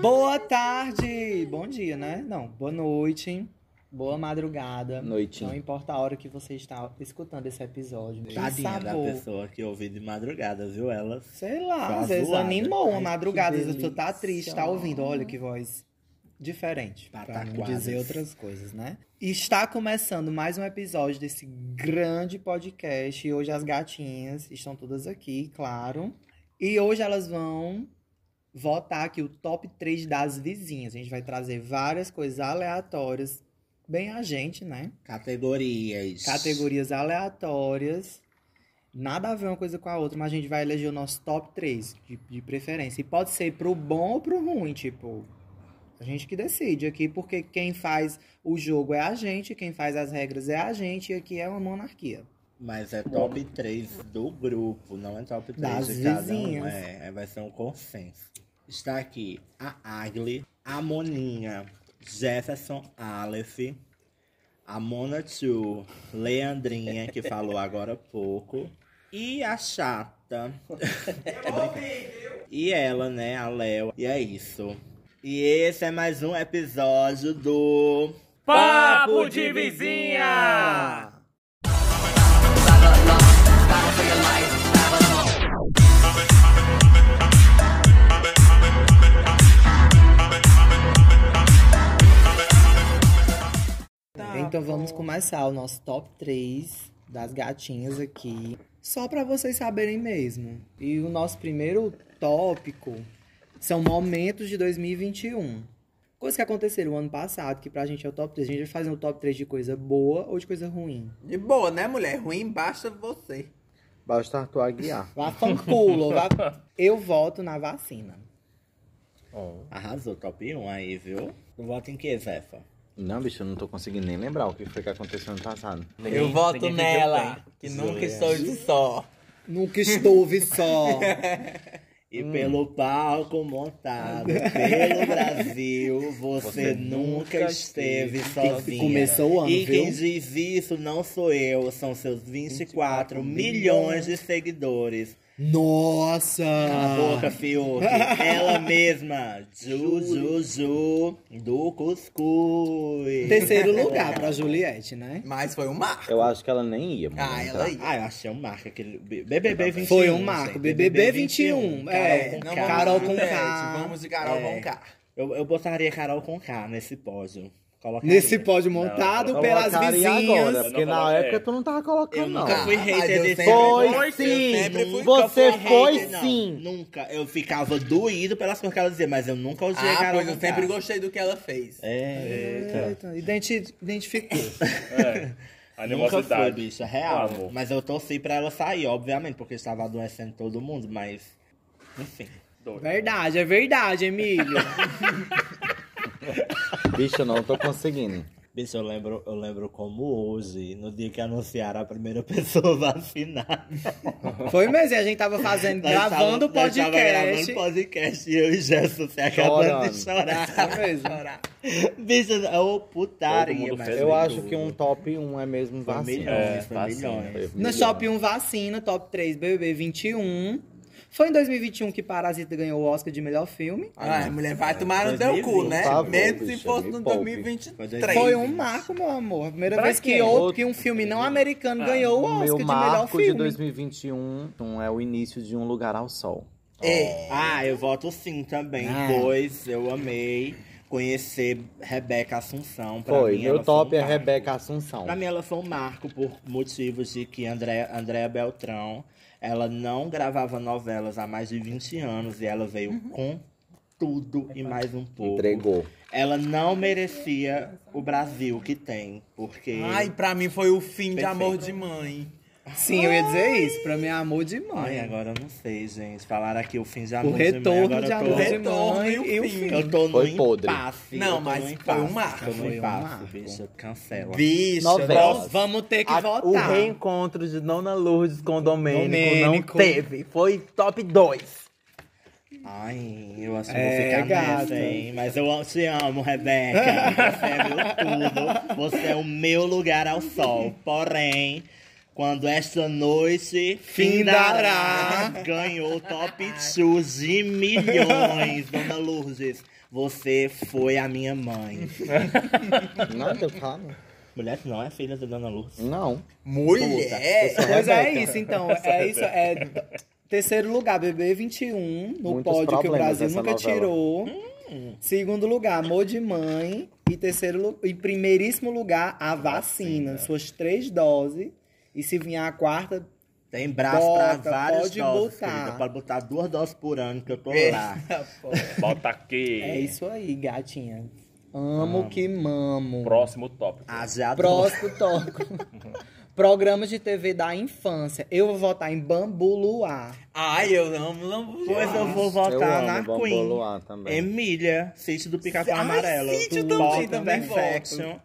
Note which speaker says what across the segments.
Speaker 1: Boa tarde! Bom dia, né? Não, boa noite. Boa madrugada. Não
Speaker 2: Noitinha.
Speaker 1: importa a hora que você está escutando esse episódio. Que
Speaker 3: Tadinha da
Speaker 1: sabor.
Speaker 3: pessoa que ouvi de madrugada, viu? Ela.
Speaker 1: Sei lá,
Speaker 3: Tá
Speaker 1: às vezes
Speaker 3: zoada.
Speaker 1: animou uma
Speaker 2: Ai,
Speaker 1: madrugada.
Speaker 2: que
Speaker 1: Às vezes tu tá
Speaker 2: delícia.
Speaker 1: triste, tá ouvindo. Olha que voz diferente. Pra não
Speaker 3: Pataquadas.
Speaker 1: dizer outras coisas, né? Está começando mais um episódio desse grande podcast. E hoje as gatinhas estão todas aqui, claro. E hoje elas vão votar aqui o top 3 das vizinhas. A gente vai trazer várias coisas aleatórias. Bem a gente, né?
Speaker 3: Categorias.
Speaker 1: categorias aleatórias. Nada a ver uma coisa com a outra, mas a gente vai eleger o nosso top 3 de, de preferência. E pode ser pro bom ou pro ruim, tipo. A gente que decide aqui, porque quem faz o jogo é a gente, quem faz as regras é a gente, e aqui é uma monarquia.
Speaker 3: Mas é top 3 do grupo, não é top 3
Speaker 1: Das
Speaker 3: de cada um.
Speaker 1: vizinhas.
Speaker 3: É, é, vai ser um consenso. Está aqui a Agli, a Moninha, Jefferson Aleph, a Mona Chu, Leandrinha, que falou agora há pouco, e a Chata. e ela, né, a Léo. E é isso. E esse é mais um episódio do.
Speaker 4: Papo de Vizinha!
Speaker 1: então vamos começar o nosso top 3 das gatinhas aqui. Só pra vocês saberem mesmo. E o nosso primeiro tópico são momentos de 2021. Coisas que aconteceram ano passado, que pra gente é o top 3. A gente vai fazer um top 3 de coisa boa ou de coisa ruim.
Speaker 5: De boa, né, mulher? Ruim basta você.
Speaker 2: Basta tu aguiar.
Speaker 1: Vá fanculo, vá... Eu voto na vacina.
Speaker 3: Arrasou, top 1 aí, viu? Vota em que, Zefa?
Speaker 2: Não, bicho, eu não tô conseguindo nem lembrar o que foi que aconteceu no passado.
Speaker 5: eu voto nela, que
Speaker 3: Zoia.
Speaker 5: nunca estou de só.
Speaker 1: Nunca estuve só.
Speaker 3: E
Speaker 1: Hum.
Speaker 3: pelo palco montado pelo Brasil, você, nunca esteve sozinho.
Speaker 1: começou o ano,
Speaker 3: E quem
Speaker 1: viu?
Speaker 3: diz isso não sou eu, são seus 24, milhões de seguidores.
Speaker 1: Nossa!
Speaker 3: Cala a boca, Fiuk. Ela mesma, Ju, Ju, Ju, do Cuscuz.
Speaker 1: Terceiro lugar pra Juliette, né?
Speaker 5: Mas foi um marco.
Speaker 2: Eu acho que ela nem ia, mano.
Speaker 5: Ah, ela ia.
Speaker 3: Ah, eu achei um marco aquele BBB 21.
Speaker 1: Foi um marco,
Speaker 3: gente.
Speaker 1: BBB 21, é,
Speaker 3: um,
Speaker 1: não
Speaker 3: Carol com
Speaker 1: vamos-
Speaker 3: K.
Speaker 1: Carol
Speaker 5: de
Speaker 1: com
Speaker 5: Juliette,
Speaker 1: K.
Speaker 5: Vamos de Carol
Speaker 3: É.
Speaker 5: com K.
Speaker 3: Eu, eu botaria Carol com K nesse pódio. Colocaria.
Speaker 1: Nesse pódio montado
Speaker 2: Eu
Speaker 1: pelas
Speaker 2: colocaria
Speaker 1: vizinhas.
Speaker 2: agora, porque
Speaker 4: Eu não
Speaker 2: na
Speaker 4: coloquei.
Speaker 2: época tu não tava colocando,
Speaker 3: Eu
Speaker 2: não.
Speaker 3: nunca fui
Speaker 5: Ah,
Speaker 3: hater
Speaker 5: mas eu
Speaker 3: desse
Speaker 5: sempre
Speaker 2: Foi
Speaker 3: negócio.
Speaker 2: sim!
Speaker 5: sempre fui-
Speaker 2: Você
Speaker 3: Nunca fui
Speaker 2: foi
Speaker 3: hater, não.
Speaker 2: sim!
Speaker 3: Nunca. Eu ficava doído pelas coisas que ela dizia, mas eu nunca odiei
Speaker 5: Ah,
Speaker 3: Carol
Speaker 5: pois
Speaker 3: com
Speaker 5: eu
Speaker 3: K.
Speaker 1: É.
Speaker 5: sempre gostei do que ela fez.
Speaker 3: É,
Speaker 1: Eita, identi- identificou.
Speaker 4: É.
Speaker 3: Nunca fui,
Speaker 4: Animosidade.
Speaker 3: bicha, real.
Speaker 4: Amor.
Speaker 3: Mas eu torci pra ela sair, obviamente, porque estava adoecendo todo mundo, mas. Enfim.
Speaker 4: Doido.
Speaker 1: Verdade, é verdade, Emílio.
Speaker 2: Bicho, eu não tô conseguindo.
Speaker 3: Bicho, eu lembro, eu lembro como hoje, no dia que anunciaram a primeira pessoa vacinada.
Speaker 1: Foi mesmo, e a gente tava fazendo,
Speaker 3: Nós
Speaker 1: gravando o
Speaker 3: tava- nós tava
Speaker 1: podcast.
Speaker 3: Gravando podcast e eu e Gerson se acabando de chorar.
Speaker 1: Foi mesmo.
Speaker 3: Bicho, ô putaria.
Speaker 4: Todo mundo
Speaker 3: mas
Speaker 4: fez
Speaker 2: Eu
Speaker 3: foi
Speaker 2: acho
Speaker 3: tudo.
Speaker 2: que um top 1 é
Speaker 3: Foi
Speaker 2: mesmo
Speaker 3: então,
Speaker 2: vacina.
Speaker 3: milhões,
Speaker 2: É,
Speaker 3: foi
Speaker 2: vacina,
Speaker 3: milhões.
Speaker 2: foi
Speaker 1: No
Speaker 2: milhões.
Speaker 1: Top 1 Vacina, Top 3 BBB 21. Foi em 2021 que Parasita ganhou o Oscar de melhor filme.
Speaker 5: Ah, mulher, vai tomar no teu
Speaker 3: 2020,
Speaker 5: cu, né?
Speaker 2: por favor,
Speaker 5: Mesmo se
Speaker 2: bicha,
Speaker 5: fosse
Speaker 2: me
Speaker 5: no
Speaker 2: poupe.
Speaker 3: Três
Speaker 5: 2023.
Speaker 1: Foi um marco, meu amor. A primeira
Speaker 4: Pra
Speaker 1: vez que,
Speaker 4: quê?
Speaker 1: outro, que um filme não americano ganhou o
Speaker 2: O
Speaker 1: Oscar
Speaker 2: Ah, meu
Speaker 1: de melhor
Speaker 2: marco de
Speaker 1: filme.
Speaker 2: 2021 não é o início de um lugar ao sol.
Speaker 5: É.
Speaker 3: Ah, eu voto sim também.
Speaker 1: Ah.
Speaker 3: Dois, eu amei conhecer Rebeca Assunção. Pra
Speaker 2: Foi,
Speaker 3: mim,
Speaker 2: meu
Speaker 3: ela foi
Speaker 2: top
Speaker 3: um
Speaker 2: é
Speaker 3: marco.
Speaker 2: Rebeca Assunção.
Speaker 3: Pra mim, ela foi um marco por motivos de que André, Andréa Beltrão, ela não gravava novelas há mais de 20 anos e ela veio
Speaker 1: Uhum.
Speaker 3: com tudo e mais um pouco.
Speaker 2: Entregou.
Speaker 3: Ela não merecia o Brasil que tem, porque...
Speaker 5: Ai, pra mim foi o fim de
Speaker 3: Perfeito.
Speaker 5: amor de mãe.
Speaker 1: Sim, eu ia dizer isso. Pra mim é amor de
Speaker 3: Ai,
Speaker 1: mãe.
Speaker 3: agora eu não sei, gente. Falaram aqui o fim de
Speaker 1: o
Speaker 3: amor de
Speaker 1: retorno
Speaker 3: mãe,
Speaker 1: de
Speaker 3: agora
Speaker 1: amor
Speaker 3: eu tô...
Speaker 1: de mãe
Speaker 5: Retorno
Speaker 1: e o fim.
Speaker 3: Eu tô no
Speaker 2: Foi podre.
Speaker 3: impasse.
Speaker 5: Não,
Speaker 3: eu tô
Speaker 5: mas
Speaker 3: no
Speaker 5: foi
Speaker 3: impasse,
Speaker 5: um marco.
Speaker 3: Tô no
Speaker 1: Foi um
Speaker 3: impasse,
Speaker 1: marco.
Speaker 3: bicho. Cancela.
Speaker 5: Bicho,
Speaker 2: Novela.
Speaker 1: Nós vamos ter que
Speaker 5: A-
Speaker 1: votar.
Speaker 5: O reencontro de Nona Lourdes com Domênico,
Speaker 1: Domênico.
Speaker 5: não teve. Foi top 2.
Speaker 3: Ai, eu acho que
Speaker 1: É,
Speaker 3: vou ficar
Speaker 1: gata.
Speaker 3: nessa, hein. Mas eu te amo, Rebeca. Você é meu tudo. Você é o meu lugar ao sol. Porém, Quando esta noite
Speaker 1: Findará.
Speaker 3: findará, ganhou top 2 de milhões. Dona Lourdes, você foi a minha mãe.
Speaker 2: Não, não tem o que falar, não.
Speaker 3: Mulher não é filha da Dona Lourdes.
Speaker 2: Não.
Speaker 5: Mulher!
Speaker 2: um.
Speaker 1: Pois é isso, então. É isso. É terceiro lugar, BBB 21, no
Speaker 2: Muitos
Speaker 1: pódio que o
Speaker 2: problemas
Speaker 1: Brasil
Speaker 2: essa
Speaker 1: nunca
Speaker 2: novela. Hum.
Speaker 1: tirou. Segundo lugar, amor de mãe. E terceiro lu- e primeiríssimo lugar, a vacina. Suas três doses. E se vier a quarta,
Speaker 3: Tem braço
Speaker 1: Bota,
Speaker 3: pra várias
Speaker 1: pode
Speaker 3: doses,
Speaker 1: botar.
Speaker 3: querida. Pode botar duas doses por ano que eu tô lá.
Speaker 4: Bota aqui.
Speaker 1: é isso aí, gatinha. Amo que mamo.
Speaker 4: Próximo tópico.
Speaker 3: Azia
Speaker 1: Próximo tópico. Programas de TV da infância. Eu vou votar em Bambu Luar.
Speaker 5: Ai, eu amo lambuja.
Speaker 3: Pois eu vou
Speaker 2: eu
Speaker 3: votar
Speaker 2: amo,
Speaker 3: na
Speaker 2: vamos
Speaker 3: Queen.
Speaker 2: boluar também.
Speaker 3: Emília, sítio do Pica-Pau
Speaker 5: Ai,
Speaker 3: Amarelo.
Speaker 5: Sítio
Speaker 3: Do
Speaker 5: também,
Speaker 3: Bottom
Speaker 5: também voto.
Speaker 3: Perfection.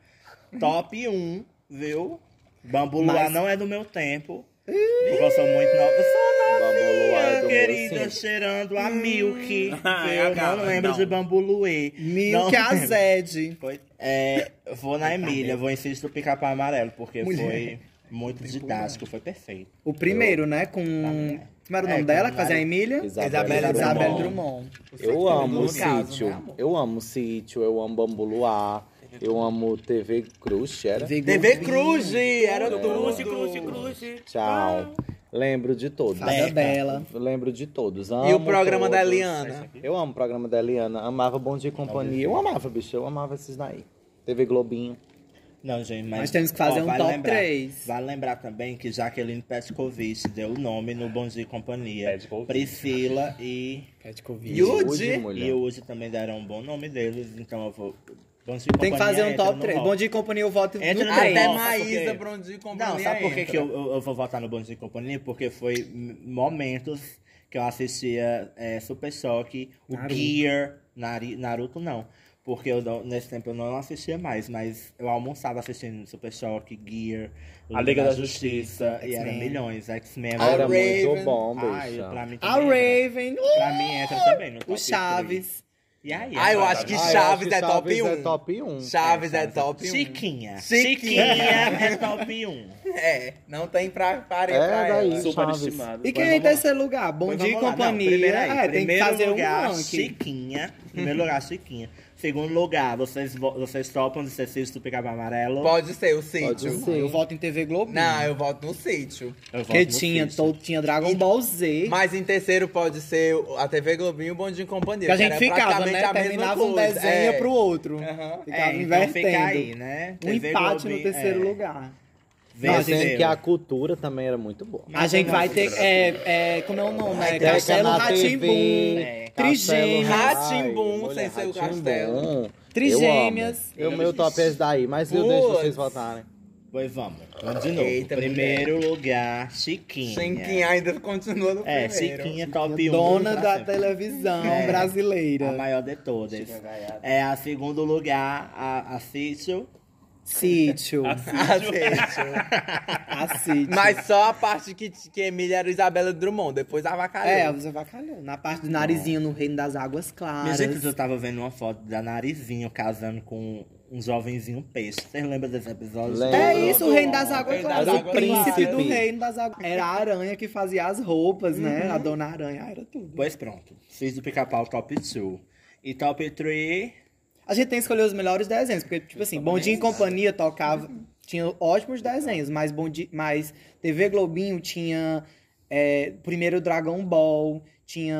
Speaker 3: Top 1, viu? Bambu Luar
Speaker 1: Mas-
Speaker 3: não é do meu tempo. Porque eu sou muito nova. Eu Sou
Speaker 2: Bamboluá
Speaker 3: novinha,
Speaker 2: é do
Speaker 3: querida,
Speaker 2: meu sim. Hum.
Speaker 3: cheirando a Milk.
Speaker 5: Ah, é a
Speaker 3: Eu não
Speaker 5: gata,
Speaker 3: lembro
Speaker 5: não.
Speaker 3: de Bambu Luê. Não
Speaker 1: Milk
Speaker 3: lembro.
Speaker 1: Azed.
Speaker 3: Foi- É, vou na Emília, vou em sítio do Pica-Pau Amarelo, porque foi muito didático, foi perfeito.
Speaker 1: O primeiro, né? Com. Como era o
Speaker 3: Tá É,
Speaker 1: nome dela?
Speaker 3: com
Speaker 1: Que
Speaker 3: Mari-
Speaker 1: fazia a Emília?
Speaker 5: Isabela
Speaker 1: Isabel
Speaker 5: Drummond.
Speaker 1: Drummond.
Speaker 2: Eu amo o
Speaker 5: no caso,
Speaker 2: sítio.
Speaker 5: né, amor?
Speaker 2: eu amo o sítio, eu amo Bambuluá. Eu amo TV Crush, era?
Speaker 5: TV Cruz, era
Speaker 4: Cruz,
Speaker 5: tudo.
Speaker 4: cruz, cruz.
Speaker 2: Tchau. Lembro de todos.
Speaker 1: Fada Bela.
Speaker 2: Lembro de todos.
Speaker 5: E o
Speaker 2: amo
Speaker 5: programa da
Speaker 2: todos.
Speaker 5: Eliana?
Speaker 2: Eu amo o programa da Eliana. Amava Bom Dia e Companhia. Eu amava, bicho. Eu amava esses daí. TV Globinho.
Speaker 3: Não, gente, mas.
Speaker 1: Nós temos que fazer um top
Speaker 3: lembrar,
Speaker 1: três.
Speaker 3: Vale lembrar também que Jaqueline Petkovic deu o nome no Bom Dia e Companhia.
Speaker 4: Petkovic.
Speaker 3: Priscila e.
Speaker 1: Catcovic.
Speaker 5: Yudi?
Speaker 2: Hoje, mulher.
Speaker 3: E hoje também deram um bom nome deles, então eu vou. Bom Dia
Speaker 1: Tem
Speaker 3: e
Speaker 1: que
Speaker 3: Companhia é
Speaker 1: fazer um
Speaker 3: entra
Speaker 1: top
Speaker 3: no
Speaker 1: 3.
Speaker 3: hall.
Speaker 1: Bom dia e companhia, eu voto
Speaker 3: Entra
Speaker 1: no
Speaker 3: no
Speaker 1: 3.
Speaker 5: Até
Speaker 3: Nossa,
Speaker 5: Maísa,
Speaker 3: porque-
Speaker 5: Brondi e companhia.
Speaker 3: Não, sabe por que,
Speaker 5: entra.
Speaker 3: que eu, eu, eu vou votar no Bom Dia e Companhia? Porque foi m- momentos que eu assistia é, Super Shock, o
Speaker 1: Naruto.
Speaker 3: Gear, Nari- Naruto não. Porque eu não- nesse tempo eu não assistia mais, mas eu almoçava assistindo Super Shock, Gear,
Speaker 4: A Liga da Justiça,
Speaker 3: e era
Speaker 1: X-Men.
Speaker 3: milhões, X-Men.
Speaker 5: A
Speaker 2: Era
Speaker 5: Raven.
Speaker 2: muito bom,
Speaker 3: Ai,
Speaker 2: bicho.
Speaker 3: pra mim
Speaker 1: A
Speaker 3: também.
Speaker 1: Raven.
Speaker 3: entra. Pra mim entra também no top
Speaker 1: O Chaves.
Speaker 3: three. E aí,
Speaker 5: uh, Ah, eu
Speaker 3: ela
Speaker 5: acho que
Speaker 3: tá-
Speaker 2: Ah, eu acho
Speaker 5: Chaves
Speaker 2: que
Speaker 5: é top
Speaker 2: Chaves é
Speaker 5: 1.
Speaker 2: top 1.
Speaker 5: Chaves é top 1.
Speaker 3: Chiquinha.
Speaker 5: Chiquinha.
Speaker 3: é top 1.
Speaker 5: É, não tem pra
Speaker 2: É,
Speaker 5: parede pra ela.
Speaker 2: daí, Chaves.
Speaker 4: Superestimado.
Speaker 1: E quem é em terceiro lugar? Bom
Speaker 3: Pois
Speaker 1: dia e
Speaker 3: vamos lá. Não,
Speaker 1: companhia.
Speaker 3: primeiro aí,
Speaker 1: é, tem que
Speaker 3: primeiro
Speaker 1: fazer
Speaker 3: lugar,
Speaker 1: um ranking.
Speaker 3: Chiquinha. Primeiro lugar, Chiquinha. Segundo lugar, vocês, vo- vocês topam de ser Cício do Picapá Amarelo?
Speaker 5: Pode ser o sítio.
Speaker 1: Eu voto em TV Globo.
Speaker 5: Não, eu voto no sítio.
Speaker 3: Eu voto
Speaker 1: Porque
Speaker 3: no
Speaker 1: tinha,
Speaker 3: Cício.
Speaker 1: to- tinha Dragon Ball Z.
Speaker 5: Mas em terceiro pode ser a TV Globinho e o Bondinho e Companhia.
Speaker 1: que a gente
Speaker 5: era
Speaker 1: ficava,
Speaker 5: praticamente
Speaker 1: né?
Speaker 5: a mesma
Speaker 1: Terminava um
Speaker 5: coisa.
Speaker 1: desenho
Speaker 5: É.
Speaker 1: pro outro.
Speaker 5: Aham.
Speaker 1: Ficava
Speaker 3: é, então
Speaker 1: invertendo.
Speaker 3: fica aí, né?
Speaker 1: Um
Speaker 3: TV
Speaker 1: empate
Speaker 3: Globinho,
Speaker 1: no terceiro
Speaker 3: é.
Speaker 1: lugar.
Speaker 3: Venceu.
Speaker 2: Mas sendo que a cultura também era muito boa.
Speaker 1: A gente vai ter. É, é, como é o nome? É,
Speaker 2: ter
Speaker 1: Castelo
Speaker 2: na TV,
Speaker 1: Ratimbum.
Speaker 2: é,
Speaker 1: Trigêmeas.
Speaker 5: Castelo Rá-Tim-Bum, sem ser o Castelo.
Speaker 1: Trigêmias.
Speaker 2: Eu, amo. eu meu top é esse daí, mas eu deixo
Speaker 5: Putz.
Speaker 2: vocês votarem.
Speaker 3: Pois vamos. Vamos de novo.
Speaker 5: Eita,
Speaker 3: primeiro lugar, Chiquinha.
Speaker 5: Chiquinha ainda continua no
Speaker 3: É,
Speaker 5: primeiro.
Speaker 3: Chiquinha top 1.
Speaker 1: Dona da televisão
Speaker 5: É. Ah,
Speaker 3: A
Speaker 1: brasileira.
Speaker 3: maior de todas. É, a segundo lugar, a, a Cício.
Speaker 1: Sítio.
Speaker 5: Ah, sítio.
Speaker 1: A Sítio.
Speaker 5: Mas só a parte que, que Emília era Isabela Drummond, depois a avacalhou.
Speaker 1: É, você avacalhou. Na parte do narizinho no reino das águas
Speaker 3: Minha
Speaker 1: claras.
Speaker 3: gente, eu tava vendo uma foto da Narizinho casando com um jovenzinho peixe. Vocês lembram desse episódio?
Speaker 2: Lembro.
Speaker 1: É isso, o reino das águas
Speaker 5: Reino
Speaker 1: claras.
Speaker 5: das
Speaker 1: O
Speaker 5: Águas
Speaker 1: príncipe
Speaker 2: Claras.
Speaker 1: do reino das águas Era a aranha que fazia as roupas, né?
Speaker 5: Uhum.
Speaker 1: A dona aranha. Ah, era tudo.
Speaker 3: Pois pronto. Fiz do pica-pau top 2. E top 3.
Speaker 1: A gente tem que escolher os melhores desenhos, porque, tipo assim, Bom Dia em Companhia tocava. Tinha ótimos desenhos, mas, Bom Dia, mas TV Globinho tinha. é, primeiro Dragon Ball, tinha.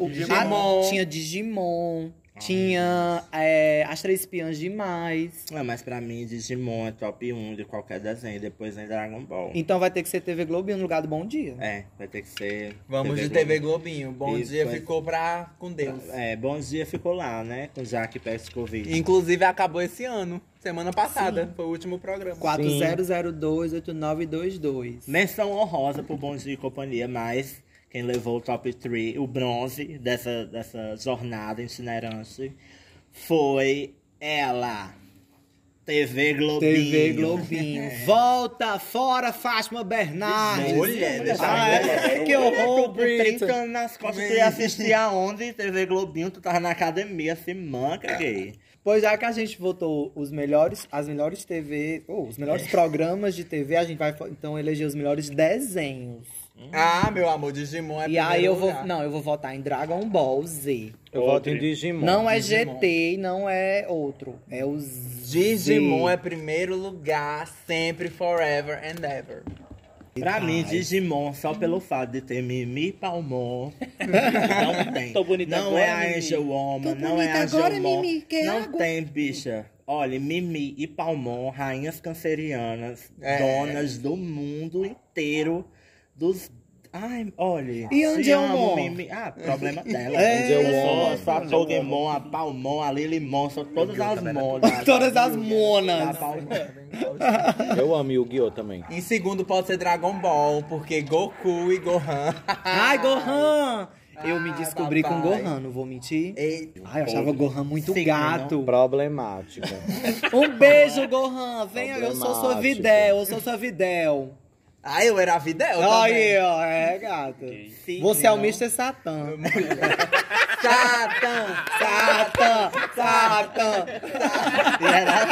Speaker 1: O
Speaker 5: Digimon.
Speaker 1: Ah, tinha Digimon,
Speaker 3: Ah,
Speaker 1: tinha. é, As Três Espiãs Demais.
Speaker 3: Não, mas pra mim, Digimon é top 1 de qualquer desenho. Depois vem Dragon Ball.
Speaker 1: Então vai ter que ser TV Globinho no lugar do Bom Dia.
Speaker 3: É, vai ter que ser.
Speaker 5: Vamos de TV Globinho. Bom
Speaker 3: Isso,
Speaker 5: dia
Speaker 1: é.
Speaker 3: mas-
Speaker 5: ficou pra com Deus.
Speaker 3: É, Bom Dia ficou lá, né? Com Jaque Pescovic.
Speaker 5: Inclusive acabou esse ano, semana passada, foi o último programa.
Speaker 1: 40028922.
Speaker 3: Menção honrosa pro Bom Dia e Companhia, mas quem levou o top 3, o bronze dessa, dessa jornada itinerante, foi ela, TV Globinho. É.
Speaker 1: TV Globinho. Volta, fora, Fátima Bernardes.
Speaker 3: Mulher, deixa
Speaker 5: tá-
Speaker 1: ah,
Speaker 3: eu ver.
Speaker 1: é, que horror,
Speaker 3: Com 30
Speaker 1: Brito.
Speaker 3: anos nas costas, tu ia assistir aonde? TV Globinho, tu tava na academia, se manca, gay.
Speaker 1: Pois já que a gente votou os melhores, as melhores TV, ou os melhores programas de TV, a gente vai então eleger os melhores desenhos.
Speaker 5: Ah, meu amor, Digimon é
Speaker 1: e aí
Speaker 5: primeiro
Speaker 1: eu vou,
Speaker 5: lugar.
Speaker 1: não, eu vou votar em Dragon Ball Z.
Speaker 2: Eu
Speaker 4: Outro.
Speaker 2: voto em Digimon.
Speaker 1: não é
Speaker 5: Digimon.
Speaker 1: GT, não é outro, é o Z.
Speaker 5: Digimon é primeiro lugar, sempre, forever and ever.
Speaker 3: Pra mim, Digimon, só pelo fato de ter Mimi Palmon, não tem.
Speaker 4: Tô bonita
Speaker 3: não
Speaker 4: agora,
Speaker 3: é a
Speaker 4: Mimi.
Speaker 3: Angel Woman,
Speaker 1: Tô
Speaker 3: não é a
Speaker 1: bonita
Speaker 3: Angel
Speaker 1: agora,
Speaker 3: Mon,
Speaker 1: Mimi, quer
Speaker 3: Não
Speaker 1: água?
Speaker 3: tem, bicha. Olha, Mimi e Palmon, rainhas cancerianas,
Speaker 5: É.
Speaker 3: donas do mundo inteiro, dos... Ai, olha,
Speaker 1: E
Speaker 3: te
Speaker 1: Angel
Speaker 3: amo,
Speaker 1: Mon?
Speaker 3: Mimi. Ah, problema dela.
Speaker 1: É.
Speaker 3: Angel
Speaker 2: Angel
Speaker 3: Mon, a Togemon, a Palmon, a Lilimon, são todas as monas.
Speaker 1: Todas as
Speaker 3: Da
Speaker 1: monas.
Speaker 3: Palmon.
Speaker 2: Eu amo Yu-Gi-Oh! também.
Speaker 5: Em segundo pode ser Dragon Ball, porque Goku e Gohan.
Speaker 1: Ai, Gohan! Eu me
Speaker 5: Ah,
Speaker 1: descobri com
Speaker 5: papai.
Speaker 1: Gohan, não vou mentir.
Speaker 5: Ei,
Speaker 1: Ai, eu achava Gohan muito
Speaker 3: Signo,
Speaker 1: gato.
Speaker 2: Problemática.
Speaker 1: Um beijo, Gohan. Venha, eu sou sua
Speaker 2: Problemático.
Speaker 1: Videl, eu sou sua Videl.
Speaker 3: Ah,
Speaker 5: Ai, eu era a Videl também.
Speaker 1: Aí, ó, é, gata.
Speaker 5: Signo.
Speaker 1: Você é o Mr. Satã.
Speaker 5: Satã!
Speaker 1: Satã, Satã.
Speaker 3: E era-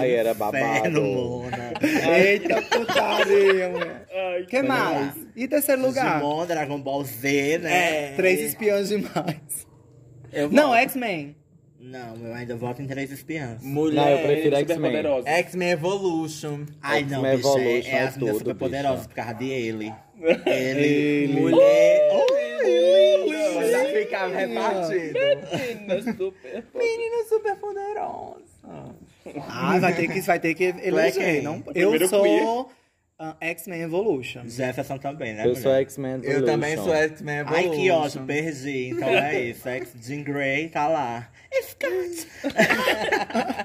Speaker 2: Aí era babado.
Speaker 3: Fenômeno.
Speaker 1: Eita putaria, mulher.
Speaker 4: Ai,
Speaker 1: que mais? E terceiro lugar? É.
Speaker 3: Digimon, Dragon Ball Z, né?
Speaker 1: Três espiões demais.
Speaker 3: Eu
Speaker 1: Não, é
Speaker 3: voto-
Speaker 1: X-Men.
Speaker 3: Não, eu ainda voto em Três Espiãs.
Speaker 5: Mulher.
Speaker 2: Não, eu prefiro
Speaker 4: super
Speaker 2: X-Men.
Speaker 4: poderosa.
Speaker 5: X-Men Evolution.
Speaker 3: Ai, não,
Speaker 2: X-Men
Speaker 3: bicho, é, é
Speaker 2: Evolution é
Speaker 3: as minhas
Speaker 2: tudo,
Speaker 3: super poderosas
Speaker 2: bicho.
Speaker 3: por causa de ele. Ele,
Speaker 2: Ele.
Speaker 3: mulher...
Speaker 5: Já ficava repartido.
Speaker 4: Meninas super
Speaker 5: Menina super poderosa.
Speaker 1: Ah, vai ter que, vai ter que eleger.
Speaker 3: quem?
Speaker 1: não?
Speaker 3: O
Speaker 1: Eu
Speaker 4: primeiro
Speaker 1: sou ah, X-Men Evolution.
Speaker 3: Jefferson também, né,
Speaker 2: Eu
Speaker 3: mulher?
Speaker 2: sou X-Men
Speaker 5: Eu também
Speaker 2: Evolution.
Speaker 5: sou X-Men
Speaker 3: Ai,
Speaker 5: Evolution.
Speaker 3: que ódio,
Speaker 6: né?
Speaker 3: perdi. Então é isso, ex Jean Grey tá lá. Scott!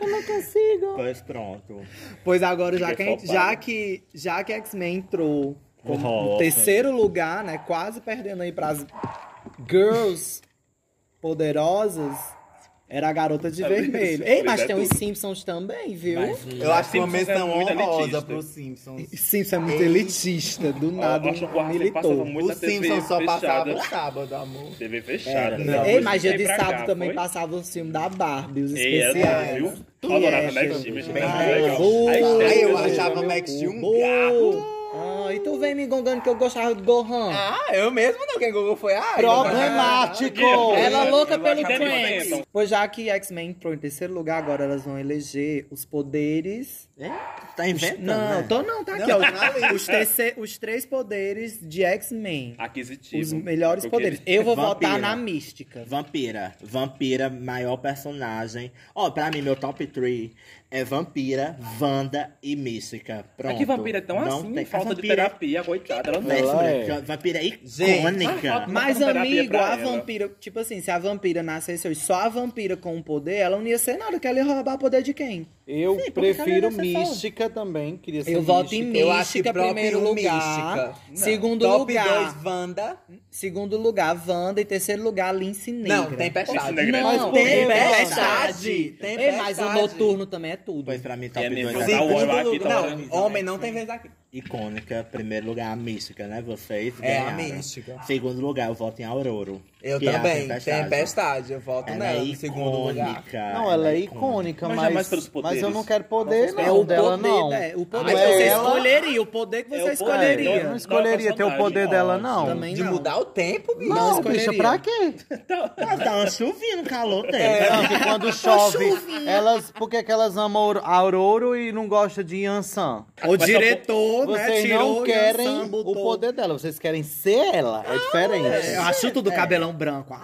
Speaker 3: eu não consigo. Pois pronto.
Speaker 1: Pois agora, já
Speaker 4: Fiquei
Speaker 1: que, a gente-
Speaker 4: flopado.
Speaker 1: já que, já que X-Men entrou como
Speaker 3: Nossa.
Speaker 1: no terceiro lugar, né? Quase perdendo aí pras girls poderosas, era a garota de
Speaker 4: É
Speaker 1: vermelho.
Speaker 4: isso,
Speaker 1: Ei, mas
Speaker 4: é
Speaker 1: tem os
Speaker 4: tudo.
Speaker 1: Simpsons também, viu?
Speaker 5: Eu acho que uma
Speaker 4: Simpsons é
Speaker 5: menção
Speaker 4: muito
Speaker 5: honrosa
Speaker 4: elitista.
Speaker 5: pro Simpsons.
Speaker 1: Simpsons é muito elitista, do nada.
Speaker 4: Eu acho que o Guarda
Speaker 1: militou.
Speaker 4: passava muito
Speaker 5: O
Speaker 4: na TV
Speaker 5: Simpsons só
Speaker 4: fechada.
Speaker 5: passava no sábado, amor.
Speaker 4: TV fechada.
Speaker 3: Era,
Speaker 4: né?
Speaker 5: não.
Speaker 1: Ei,
Speaker 4: Hoje
Speaker 1: mas dia
Speaker 4: tem
Speaker 1: de
Speaker 4: pra
Speaker 1: sábado
Speaker 4: cá,
Speaker 1: também
Speaker 4: foi?
Speaker 1: passava os filmes da Barbie, os
Speaker 4: Ei, é,
Speaker 1: especiais.
Speaker 4: viu?
Speaker 1: Tu
Speaker 4: Adorava
Speaker 1: é,
Speaker 4: Max
Speaker 1: gente.
Speaker 4: Steel, achei
Speaker 1: Bem
Speaker 4: bem legal.
Speaker 1: boa.
Speaker 4: A estética
Speaker 5: Ai, eu
Speaker 4: do-
Speaker 5: achava
Speaker 4: do-
Speaker 5: Max Steel um
Speaker 1: Boa.
Speaker 5: gato.
Speaker 1: Ah, e tu vem me gongando que eu gostava do Gohan.
Speaker 5: Ah, eu mesmo não. Quem Google foi ah, a
Speaker 1: Problemático! Ela é louca pelo
Speaker 4: Até me
Speaker 1: Trunks.
Speaker 4: contentam.
Speaker 1: Pois já que X-Men entrou em terceiro lugar, agora elas vão eleger os poderes.
Speaker 3: É? Tá inventando,
Speaker 1: Não,
Speaker 3: né?
Speaker 1: tô não, tá aqui, ó. Os, terce- os três poderes de X-Men.
Speaker 4: Aquisitivo.
Speaker 1: Os melhores
Speaker 4: Tipo, Porque
Speaker 1: poderes. Eu vou
Speaker 3: Vampira.
Speaker 1: votar na mística.
Speaker 3: Vampira. Vampira, maior personagem. Ó, pra mim, meu top 3 é Vampira, Wanda e Mística. Pronto.
Speaker 4: Mas que vampira é tão
Speaker 3: Não
Speaker 4: assim,
Speaker 3: tem-
Speaker 4: falta
Speaker 3: a
Speaker 4: de terapia, coitada. Ela não
Speaker 3: Né,
Speaker 2: Ela
Speaker 3: mulher?
Speaker 2: é.
Speaker 3: Vampira é
Speaker 5: Gente,
Speaker 3: icônica.
Speaker 1: Mas,
Speaker 4: é terapia
Speaker 1: amigo,
Speaker 4: pra
Speaker 1: a
Speaker 4: ela.
Speaker 1: vampira. Tipo assim, se a vampira nascesse hoje só a vampira com o poder, ela não ia ser nada, que ela ia roubar o poder de quem?
Speaker 2: Eu
Speaker 3: Sim, porque ela
Speaker 2: prefiro
Speaker 3: era sexual.
Speaker 2: Mística também. Queria ser
Speaker 1: Eu voto em
Speaker 2: Mística.
Speaker 5: Eu acho que
Speaker 1: mística,
Speaker 5: próprio
Speaker 1: primeiro lugar.
Speaker 5: Mística. Não.
Speaker 1: Segundo
Speaker 5: Top
Speaker 1: lugar.
Speaker 5: 2, Wanda.
Speaker 1: Segundo lugar, Wanda. E terceiro lugar, Lince Negra.
Speaker 5: Não, Tempestade.
Speaker 4: Lince Negra. é
Speaker 1: Mas
Speaker 5: Não,
Speaker 1: por que
Speaker 5: Tempestade.
Speaker 1: Ei, mas o noturno também é tudo.
Speaker 3: Pois pra mim, top
Speaker 4: É
Speaker 3: 2
Speaker 4: mesmo,
Speaker 3: é
Speaker 4: tá
Speaker 3: Vampira.
Speaker 4: ótimo.
Speaker 5: Segundo
Speaker 4: Olá, aqui,
Speaker 5: lugar-
Speaker 4: tá
Speaker 5: Não,
Speaker 4: olhando.
Speaker 5: homem não tem vez aqui.
Speaker 3: icônica. Primeiro lugar, a Mística, né? Vocês
Speaker 5: É, a
Speaker 3: ganharam.
Speaker 5: Mística.
Speaker 3: Segundo lugar, eu voto em Aurora.
Speaker 5: Eu
Speaker 3: que é a
Speaker 5: também.
Speaker 3: Tempestade.
Speaker 5: Tempestade. Eu voto
Speaker 3: Ela
Speaker 5: nela
Speaker 3: é
Speaker 5: em segundo lugar.
Speaker 3: icônica.
Speaker 2: Não,
Speaker 1: Ah,
Speaker 2: ela é icônica,
Speaker 4: Mas
Speaker 2: mas,
Speaker 4: jamais pelos poderes.
Speaker 2: mas eu não quero poder, não,
Speaker 1: É o
Speaker 2: dela,
Speaker 1: poder,
Speaker 2: não.
Speaker 1: é, o
Speaker 2: Não
Speaker 1: poder que
Speaker 2: é
Speaker 1: você
Speaker 2: ela.
Speaker 1: escolheria, o poder que você
Speaker 4: o poder,
Speaker 1: escolheria.
Speaker 2: Eu não escolheria ter o poder
Speaker 4: Personagem,
Speaker 2: dela,
Speaker 4: ó.
Speaker 2: não.
Speaker 1: Também
Speaker 5: De
Speaker 1: não.
Speaker 5: mudar o tempo, bicho.
Speaker 1: Não,
Speaker 2: Não, bicha,
Speaker 1: escolheria.
Speaker 2: pra quê?
Speaker 3: Ela dá uma chuvinha no
Speaker 5: É.
Speaker 3: calor dela.
Speaker 1: É,
Speaker 2: Não, que quando chove, elas. Por que que elas amam Auro- Aurora e não gostam de Yansan?
Speaker 1: O diretor, né,
Speaker 2: Vocês
Speaker 1: tirou
Speaker 2: não
Speaker 1: o
Speaker 2: querem
Speaker 1: Yansan,
Speaker 2: o
Speaker 1: botou- Ah,
Speaker 2: poder dela, vocês querem ser ela. É
Speaker 1: Eu
Speaker 2: diferente.
Speaker 1: acho tudo cabelão branco. Ah,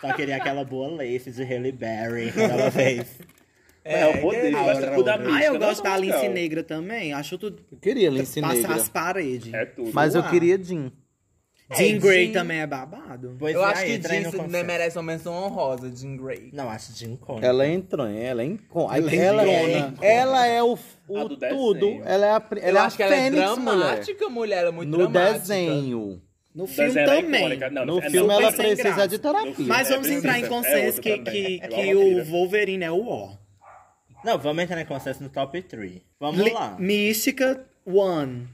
Speaker 3: Só queria aquela boa lace de Halle Berry cada vez.
Speaker 4: É, o poder.
Speaker 5: é,
Speaker 4: Mas tudo da mística.
Speaker 1: Ah, eu
Speaker 4: não,
Speaker 1: gosto
Speaker 4: não, é
Speaker 1: da Lince
Speaker 4: não.
Speaker 1: Negra também. Acho tudo
Speaker 2: Eu queria Lince
Speaker 1: passar
Speaker 2: Negra.
Speaker 1: as paredes.
Speaker 4: É tudo.
Speaker 2: Mas eu
Speaker 1: Uau.
Speaker 2: queria Jean.
Speaker 1: Jean
Speaker 5: É,
Speaker 1: Grey
Speaker 5: Jean-
Speaker 1: também é babado.
Speaker 3: Pois
Speaker 5: Eu
Speaker 3: é,
Speaker 5: acho que
Speaker 3: entra aí no
Speaker 5: Jean se- né,
Speaker 3: conceito.
Speaker 5: merece uma menção honrosa, Jean Grey.
Speaker 3: Não, acho de icônica.
Speaker 2: Ela é entranha, ela é incômoda. Ela,
Speaker 3: Lindona.
Speaker 2: é, ela é o,
Speaker 4: A
Speaker 2: o
Speaker 4: do desenho.
Speaker 2: tudo. Ela é a, pri-
Speaker 5: Eu
Speaker 2: ela é a
Speaker 5: acho que ela é
Speaker 2: Fênix, mulher.
Speaker 5: dramática, mulher. Ela é muito
Speaker 2: No
Speaker 5: dramática.
Speaker 2: desenho.
Speaker 1: No filme
Speaker 4: Mas ela é
Speaker 1: também.
Speaker 4: icônica. Não,
Speaker 2: No
Speaker 4: é, não,
Speaker 2: filme ela
Speaker 1: super sem
Speaker 2: precisa
Speaker 1: graça.
Speaker 2: de
Speaker 4: No
Speaker 2: terapia.
Speaker 4: filme
Speaker 1: Mas
Speaker 4: É,
Speaker 1: vamos entrar em
Speaker 4: precisa.
Speaker 1: consenso
Speaker 4: É outro
Speaker 1: que,
Speaker 4: também.
Speaker 1: que,
Speaker 4: É
Speaker 1: que
Speaker 4: igual a
Speaker 1: o
Speaker 4: vampira.
Speaker 1: Wolverine é o O.
Speaker 3: Não, vamos entrar em consenso no top 3. Vamos
Speaker 1: Li-
Speaker 3: lá.
Speaker 1: Mística, One.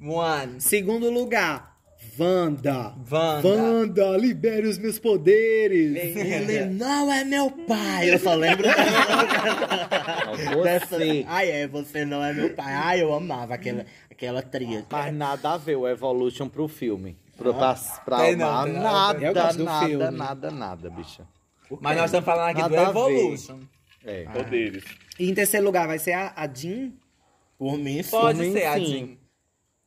Speaker 6: One.
Speaker 1: Segundo lugar, Wanda.
Speaker 6: Wanda.
Speaker 1: Wanda, libere os meus poderes.
Speaker 3: Ele não é meu pai. Eu só lembro
Speaker 2: Não,
Speaker 3: dessa.
Speaker 2: Você.
Speaker 3: Ai, é, você não é meu pai. Ai, eu amava aquela, aquela tríade.
Speaker 6: É.
Speaker 2: Mas nada a ver o Evolution pro filme. Pro, pra pra
Speaker 6: Tem não,
Speaker 2: amar,
Speaker 6: tem nada.
Speaker 2: nada,
Speaker 1: Eu gosto
Speaker 2: nada,
Speaker 1: do
Speaker 2: nada,
Speaker 1: filme.
Speaker 2: nada, bicha.
Speaker 6: Mas nós estamos falando aqui
Speaker 2: Nada
Speaker 6: do
Speaker 2: a ver.
Speaker 6: Evolution.
Speaker 2: É.
Speaker 4: Poderes.
Speaker 1: E em terceiro lugar vai ser a, a Jean.
Speaker 3: Por mim, sim.
Speaker 6: Pode
Speaker 2: Sim,
Speaker 6: ser, a
Speaker 2: sim.
Speaker 6: Jean.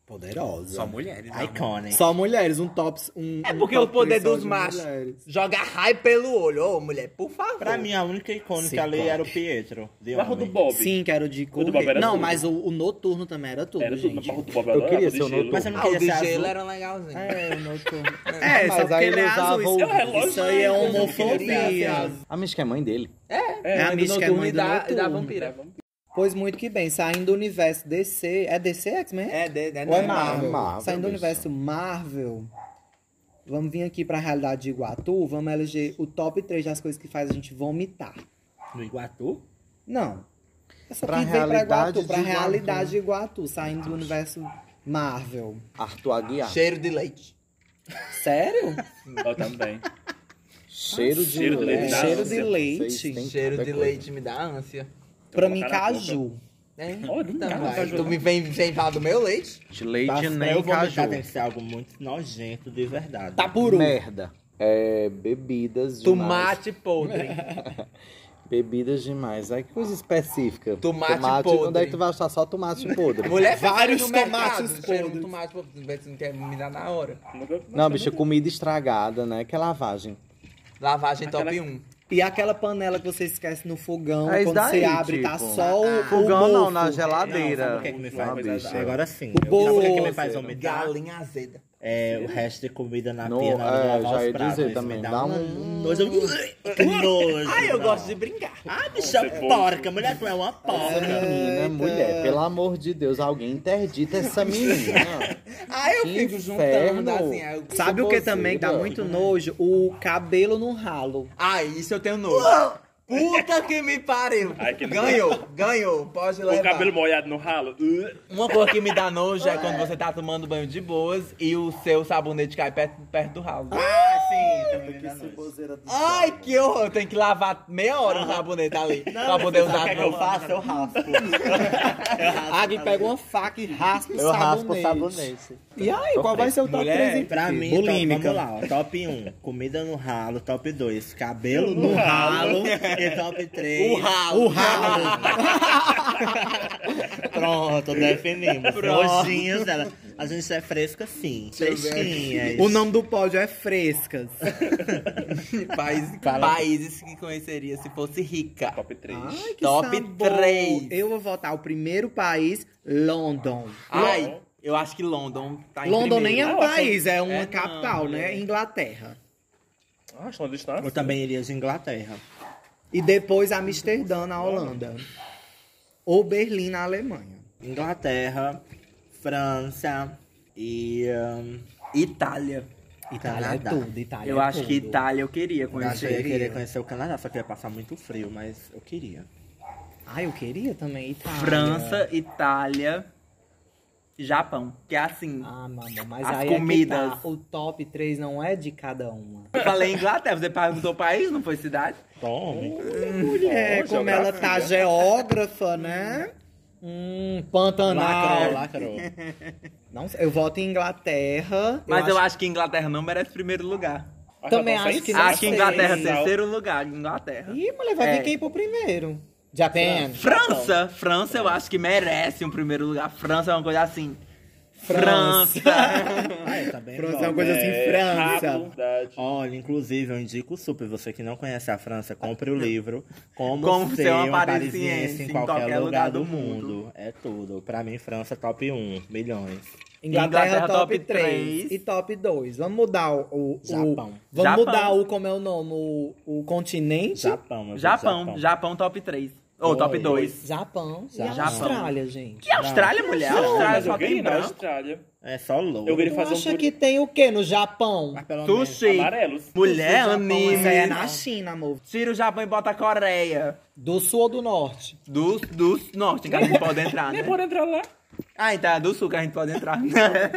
Speaker 1: Poderosa.
Speaker 6: mulheres.
Speaker 3: Iconic.
Speaker 1: Só mulheres, um top. Um,
Speaker 6: É
Speaker 1: um
Speaker 6: porque
Speaker 1: top
Speaker 6: o poder
Speaker 1: três só
Speaker 6: dos
Speaker 1: de
Speaker 6: machos
Speaker 1: mulheres.
Speaker 6: joga raio pelo olho. Ô, mulher, por favor.
Speaker 3: Pra mim, a única icônica
Speaker 1: Sim,
Speaker 3: ali
Speaker 1: pode.
Speaker 3: era o Pietro. De
Speaker 4: Mas o do
Speaker 3: homem.
Speaker 4: Bob.
Speaker 1: Sim, que era o de
Speaker 4: do
Speaker 1: correr.
Speaker 4: Bob era
Speaker 1: Não,
Speaker 4: tudo.
Speaker 1: mas o, o noturno também era tudo.
Speaker 4: Era tudo, mas
Speaker 1: gente.
Speaker 4: o do Bob
Speaker 2: Eu
Speaker 4: adorava
Speaker 2: queria
Speaker 4: de
Speaker 2: ser o
Speaker 4: gelo.
Speaker 2: noturno.
Speaker 3: Mas eu não
Speaker 6: Ah, o
Speaker 3: queria
Speaker 6: de
Speaker 3: ser
Speaker 6: gelo
Speaker 3: azul.
Speaker 6: era legalzinho.
Speaker 4: assim.
Speaker 1: É, o noturno. É,
Speaker 2: Ah, Mas
Speaker 1: só porque
Speaker 2: aí
Speaker 1: ele é
Speaker 2: ele usava
Speaker 1: azul.
Speaker 2: o-
Speaker 1: Isso,
Speaker 4: É o relógio,
Speaker 1: isso aí é
Speaker 4: né? Ele
Speaker 1: homofobia.
Speaker 6: azul.
Speaker 2: A Mística é mãe dele.
Speaker 6: É,
Speaker 1: É, a
Speaker 6: do
Speaker 1: mística é
Speaker 6: noturno
Speaker 1: mãe
Speaker 6: e
Speaker 1: do
Speaker 6: da, e da
Speaker 1: noturno.
Speaker 6: vampira.
Speaker 1: Pois muito que bem, saindo do universo DC. É DC X-Men?
Speaker 6: É, de, de,
Speaker 1: Ou é
Speaker 6: não,
Speaker 1: Marvel?
Speaker 2: É Marvel,
Speaker 1: Saindo do
Speaker 2: bicho.
Speaker 1: universo Marvel. Vamos vir aqui pra realidade de Iguatu. Vamos eleger o top 3 das coisas que faz a gente vomitar.
Speaker 3: No Iguatu?
Speaker 1: Não. Essa
Speaker 2: Pra
Speaker 1: aqui vem pra
Speaker 2: realidade
Speaker 1: Iguatu, pra
Speaker 2: de Iguatu.
Speaker 1: realidade de Iguatu, saindo do universo Marvel.
Speaker 2: Arthur Aguiar.
Speaker 6: Cheiro de leite.
Speaker 1: Sério?
Speaker 4: Eu também.
Speaker 2: Cheiro de
Speaker 4: cheiro de
Speaker 1: leite.
Speaker 2: leite.
Speaker 1: Cheiro de
Speaker 2: Vocês
Speaker 1: leite.
Speaker 2: têm tanta
Speaker 6: Cheiro de
Speaker 2: coisa.
Speaker 6: leite me dá ânsia.
Speaker 1: pra mim,
Speaker 4: colocar na
Speaker 1: caju.
Speaker 6: É,
Speaker 4: Olha,
Speaker 6: então
Speaker 4: cara,
Speaker 6: vai.
Speaker 4: tá
Speaker 6: Tu
Speaker 4: jogando.
Speaker 6: me vem, vem falar do meu leite?
Speaker 2: De leite
Speaker 3: Pra- pra
Speaker 2: nem
Speaker 3: eu vomitar
Speaker 2: caju.
Speaker 3: tem que ser algo muito nojento de verdade.
Speaker 1: Tapuru.
Speaker 2: Merda. É, bebidas demais.
Speaker 6: Tomate podre.
Speaker 2: Bebidas demais. Aí que coisa específica.
Speaker 6: Tomate podre.
Speaker 2: Onde é que tu vai achar só tomate podre?
Speaker 6: Mulher,
Speaker 1: Vários
Speaker 6: você vai no mercado,
Speaker 1: tomates
Speaker 6: cheira um
Speaker 1: podres.
Speaker 6: tomate podre. Vê se não quer me dar na hora.
Speaker 4: Nunca-
Speaker 3: tá
Speaker 2: Não, bicho, é comida estragada, né? Que é lavagem.
Speaker 6: Lavagem top
Speaker 4: Aquela-
Speaker 6: 1.
Speaker 1: E aquela panela que você esquece no fogão,
Speaker 2: É isso
Speaker 1: quando
Speaker 2: daí,
Speaker 1: você abre, tá
Speaker 2: tipo.
Speaker 1: só o.
Speaker 2: Fogão
Speaker 1: o
Speaker 2: não,
Speaker 1: mofo.
Speaker 2: na
Speaker 3: Não,
Speaker 2: geladeira.
Speaker 3: sabe o que, é que me
Speaker 2: Ah,
Speaker 3: faz?
Speaker 2: bicho.
Speaker 3: Agora sim.
Speaker 1: O
Speaker 3: eu- Sabe o que, é que me
Speaker 1: bolo.
Speaker 3: faz vomitar?
Speaker 6: Galinha azeda.
Speaker 3: É o resto de comida na
Speaker 2: No-
Speaker 3: pia na hora de
Speaker 2: é,
Speaker 3: lavar
Speaker 2: já
Speaker 3: os
Speaker 2: ia
Speaker 3: pratos. né?
Speaker 2: dizer
Speaker 3: Isso
Speaker 2: também,
Speaker 3: me dá
Speaker 2: dá
Speaker 3: uma
Speaker 2: um-
Speaker 3: nojo. Que nojo.
Speaker 6: Ai, eu
Speaker 3: não.
Speaker 6: gosto de brincar.
Speaker 3: Ah, bicha
Speaker 4: Você
Speaker 3: porca. Mulher, tu é uma
Speaker 2: Essa
Speaker 3: porca.
Speaker 2: menina, mulher, pelo amor de Deus, alguém interdita essa menina.
Speaker 6: Ai, Ah, eu
Speaker 2: Que
Speaker 6: fico
Speaker 2: inferno.
Speaker 6: juntando assim.
Speaker 3: é
Speaker 6: aí eu-
Speaker 1: Sabe o que também dá muito nojo? O cabelo no ralo.
Speaker 6: Ah, isso eu tenho nojo. Puta que me pariu.
Speaker 4: Ai, que nojo.
Speaker 6: ganhou, ganhou. Pode levar.
Speaker 4: O cabelo molhado no ralo. Uh.
Speaker 6: Uma coisa que me dá nojo é quando você tá tomando banho de boas e o seu sabonete cai perto, perto do ralo.
Speaker 3: Ah, sim. também me dá nojo.
Speaker 6: Ai, que horror. Eu tenho que lavar meia hora o sabonete ali pra
Speaker 3: Sabe
Speaker 6: poder
Speaker 3: o que,
Speaker 6: usar
Speaker 3: é que
Speaker 6: no
Speaker 3: eu faço? Eu raspo.
Speaker 1: A Agni pega uma faca e raspa o
Speaker 2: Eu raspo o
Speaker 1: sabonete.
Speaker 2: sabonete.
Speaker 1: E aí, qual vai ser o top
Speaker 6: Mulher,
Speaker 1: 3? hein?
Speaker 3: Pra mim,
Speaker 1: Bulímica.
Speaker 3: Então, vamos lá, ó, top 1, comida no ralo, top 2, cabelo no,
Speaker 4: No
Speaker 3: ralo,
Speaker 4: ralo.
Speaker 3: e top 3,
Speaker 6: O ralo.
Speaker 1: O ralo.
Speaker 3: Pronto, definimos.
Speaker 6: Pronto.
Speaker 3: Nojinhos dela. A gente é fresca sim.
Speaker 6: eu ver aqui.
Speaker 3: Fresquinhas.
Speaker 1: o nome do pódio é Frescas.
Speaker 6: Países,
Speaker 3: Fala.
Speaker 6: países que conheceria se fosse rica.
Speaker 4: Top 3.
Speaker 1: Ai, que
Speaker 6: Top
Speaker 1: sabor.
Speaker 6: três.
Speaker 1: Eu vou votar o primeiro país, London.
Speaker 6: Ai, eu acho que London tá em
Speaker 1: London nem é
Speaker 6: primeiro.
Speaker 1: um
Speaker 4: Ah, eu acho-
Speaker 1: país, é uma
Speaker 6: É, não,
Speaker 1: capital, né?
Speaker 6: é.
Speaker 1: Inglaterra.
Speaker 4: Ah, estão distante.
Speaker 3: Eu também iria de Inglaterra.
Speaker 1: E depois Amsterdã, na Holanda. Ou Berlim, na Alemanha.
Speaker 3: Inglaterra, França e. ahn,
Speaker 6: Itália.
Speaker 1: Itália é
Speaker 3: Canadá.
Speaker 1: tudo, Itália
Speaker 6: Tá, Eu
Speaker 1: é
Speaker 6: acho que
Speaker 1: tudo. é
Speaker 6: Itália eu queria
Speaker 3: Eu acho que eu ia
Speaker 6: conhecer.
Speaker 3: querer conhecer o Canadá, só que ia passar muito frio, mas eu queria.
Speaker 1: Ah, eu queria também Itália.
Speaker 6: França, Itália, Japão. Que é assim.
Speaker 1: Ah, mamãe, mas
Speaker 6: As
Speaker 1: aí é que
Speaker 6: comidas.
Speaker 1: tá. o top 3 não é de cada uma.
Speaker 6: Eu falei Inglaterra, você perguntou país, não foi cidade?
Speaker 3: Tome.
Speaker 1: Mulher,
Speaker 4: Ó,
Speaker 1: como
Speaker 4: geografia.
Speaker 1: ela tá geógrafa, né? Hum, Pantanal.
Speaker 3: Lacrou, lacrou.
Speaker 1: Não sei, eu voto em Inglaterra.
Speaker 6: Mas eu acho... que Inglaterra não merece primeiro lugar.
Speaker 4: Acho
Speaker 1: Também
Speaker 4: que elas
Speaker 1: acho que
Speaker 4: estão
Speaker 1: não
Speaker 6: acho que
Speaker 1: sei.
Speaker 6: Inglaterra é
Speaker 4: sem sal.
Speaker 6: terceiro lugar, Inglaterra.
Speaker 1: Ih, mulher, vai
Speaker 6: É.
Speaker 1: vir quem pro primeiro? Japan.
Speaker 6: França,
Speaker 1: Então.
Speaker 6: França
Speaker 1: É.
Speaker 6: eu acho que merece um primeiro lugar. França é uma coisa assim.
Speaker 1: França.
Speaker 6: França.
Speaker 3: Ah, eu também
Speaker 1: França é
Speaker 3: gosto.
Speaker 1: uma coisa assim,
Speaker 6: É,
Speaker 1: França.
Speaker 4: rabo, verdade.
Speaker 3: Olha, inclusive, eu indico super. Você que não conhece a França, compre o livro Como,
Speaker 6: Como
Speaker 3: Ser
Speaker 6: Ser uma
Speaker 3: um Parisiense em qualquer, lugar do mundo.
Speaker 6: mundo.
Speaker 3: É tudo. Pra mim, França é top 1. Milhões.
Speaker 1: Inglaterra,
Speaker 6: Inglaterra,
Speaker 1: top,
Speaker 6: top
Speaker 1: 3.
Speaker 6: três.
Speaker 1: e top 2. Vamos mudar o. o- o-
Speaker 3: Japão.
Speaker 1: vamos
Speaker 6: Japão.
Speaker 1: mudar o, como é o nome, o, o continente.
Speaker 3: Japão, eu vou
Speaker 6: Japão,
Speaker 3: pro
Speaker 6: Japão top 3. Ou top 2.
Speaker 1: Japão e
Speaker 3: Japão.
Speaker 1: Austrália, gente.
Speaker 6: Que Austrália, mulher? Austrália
Speaker 4: Mas
Speaker 6: só
Speaker 4: eu
Speaker 6: tem
Speaker 4: ganhei
Speaker 1: né?
Speaker 4: na
Speaker 6: branco.
Speaker 4: Austrália.
Speaker 3: É só louco.
Speaker 4: Eu queria
Speaker 1: Tu
Speaker 4: fazer um
Speaker 1: acha
Speaker 4: tour
Speaker 1: que tem o que no Japão?
Speaker 3: Mas pelo menos-
Speaker 6: Sushi.
Speaker 4: amarelos.
Speaker 6: Mulher,
Speaker 1: Japão, Isso aí é na
Speaker 6: anime.
Speaker 1: China, amor.
Speaker 6: Tira o Japão e bota a Coreia.
Speaker 1: Do sul ou do norte?
Speaker 6: Do, do norte, que a gente pode entrar, né?
Speaker 4: Nem pode entrar lá.
Speaker 6: Ah, então é do sul que a gente pode entrar.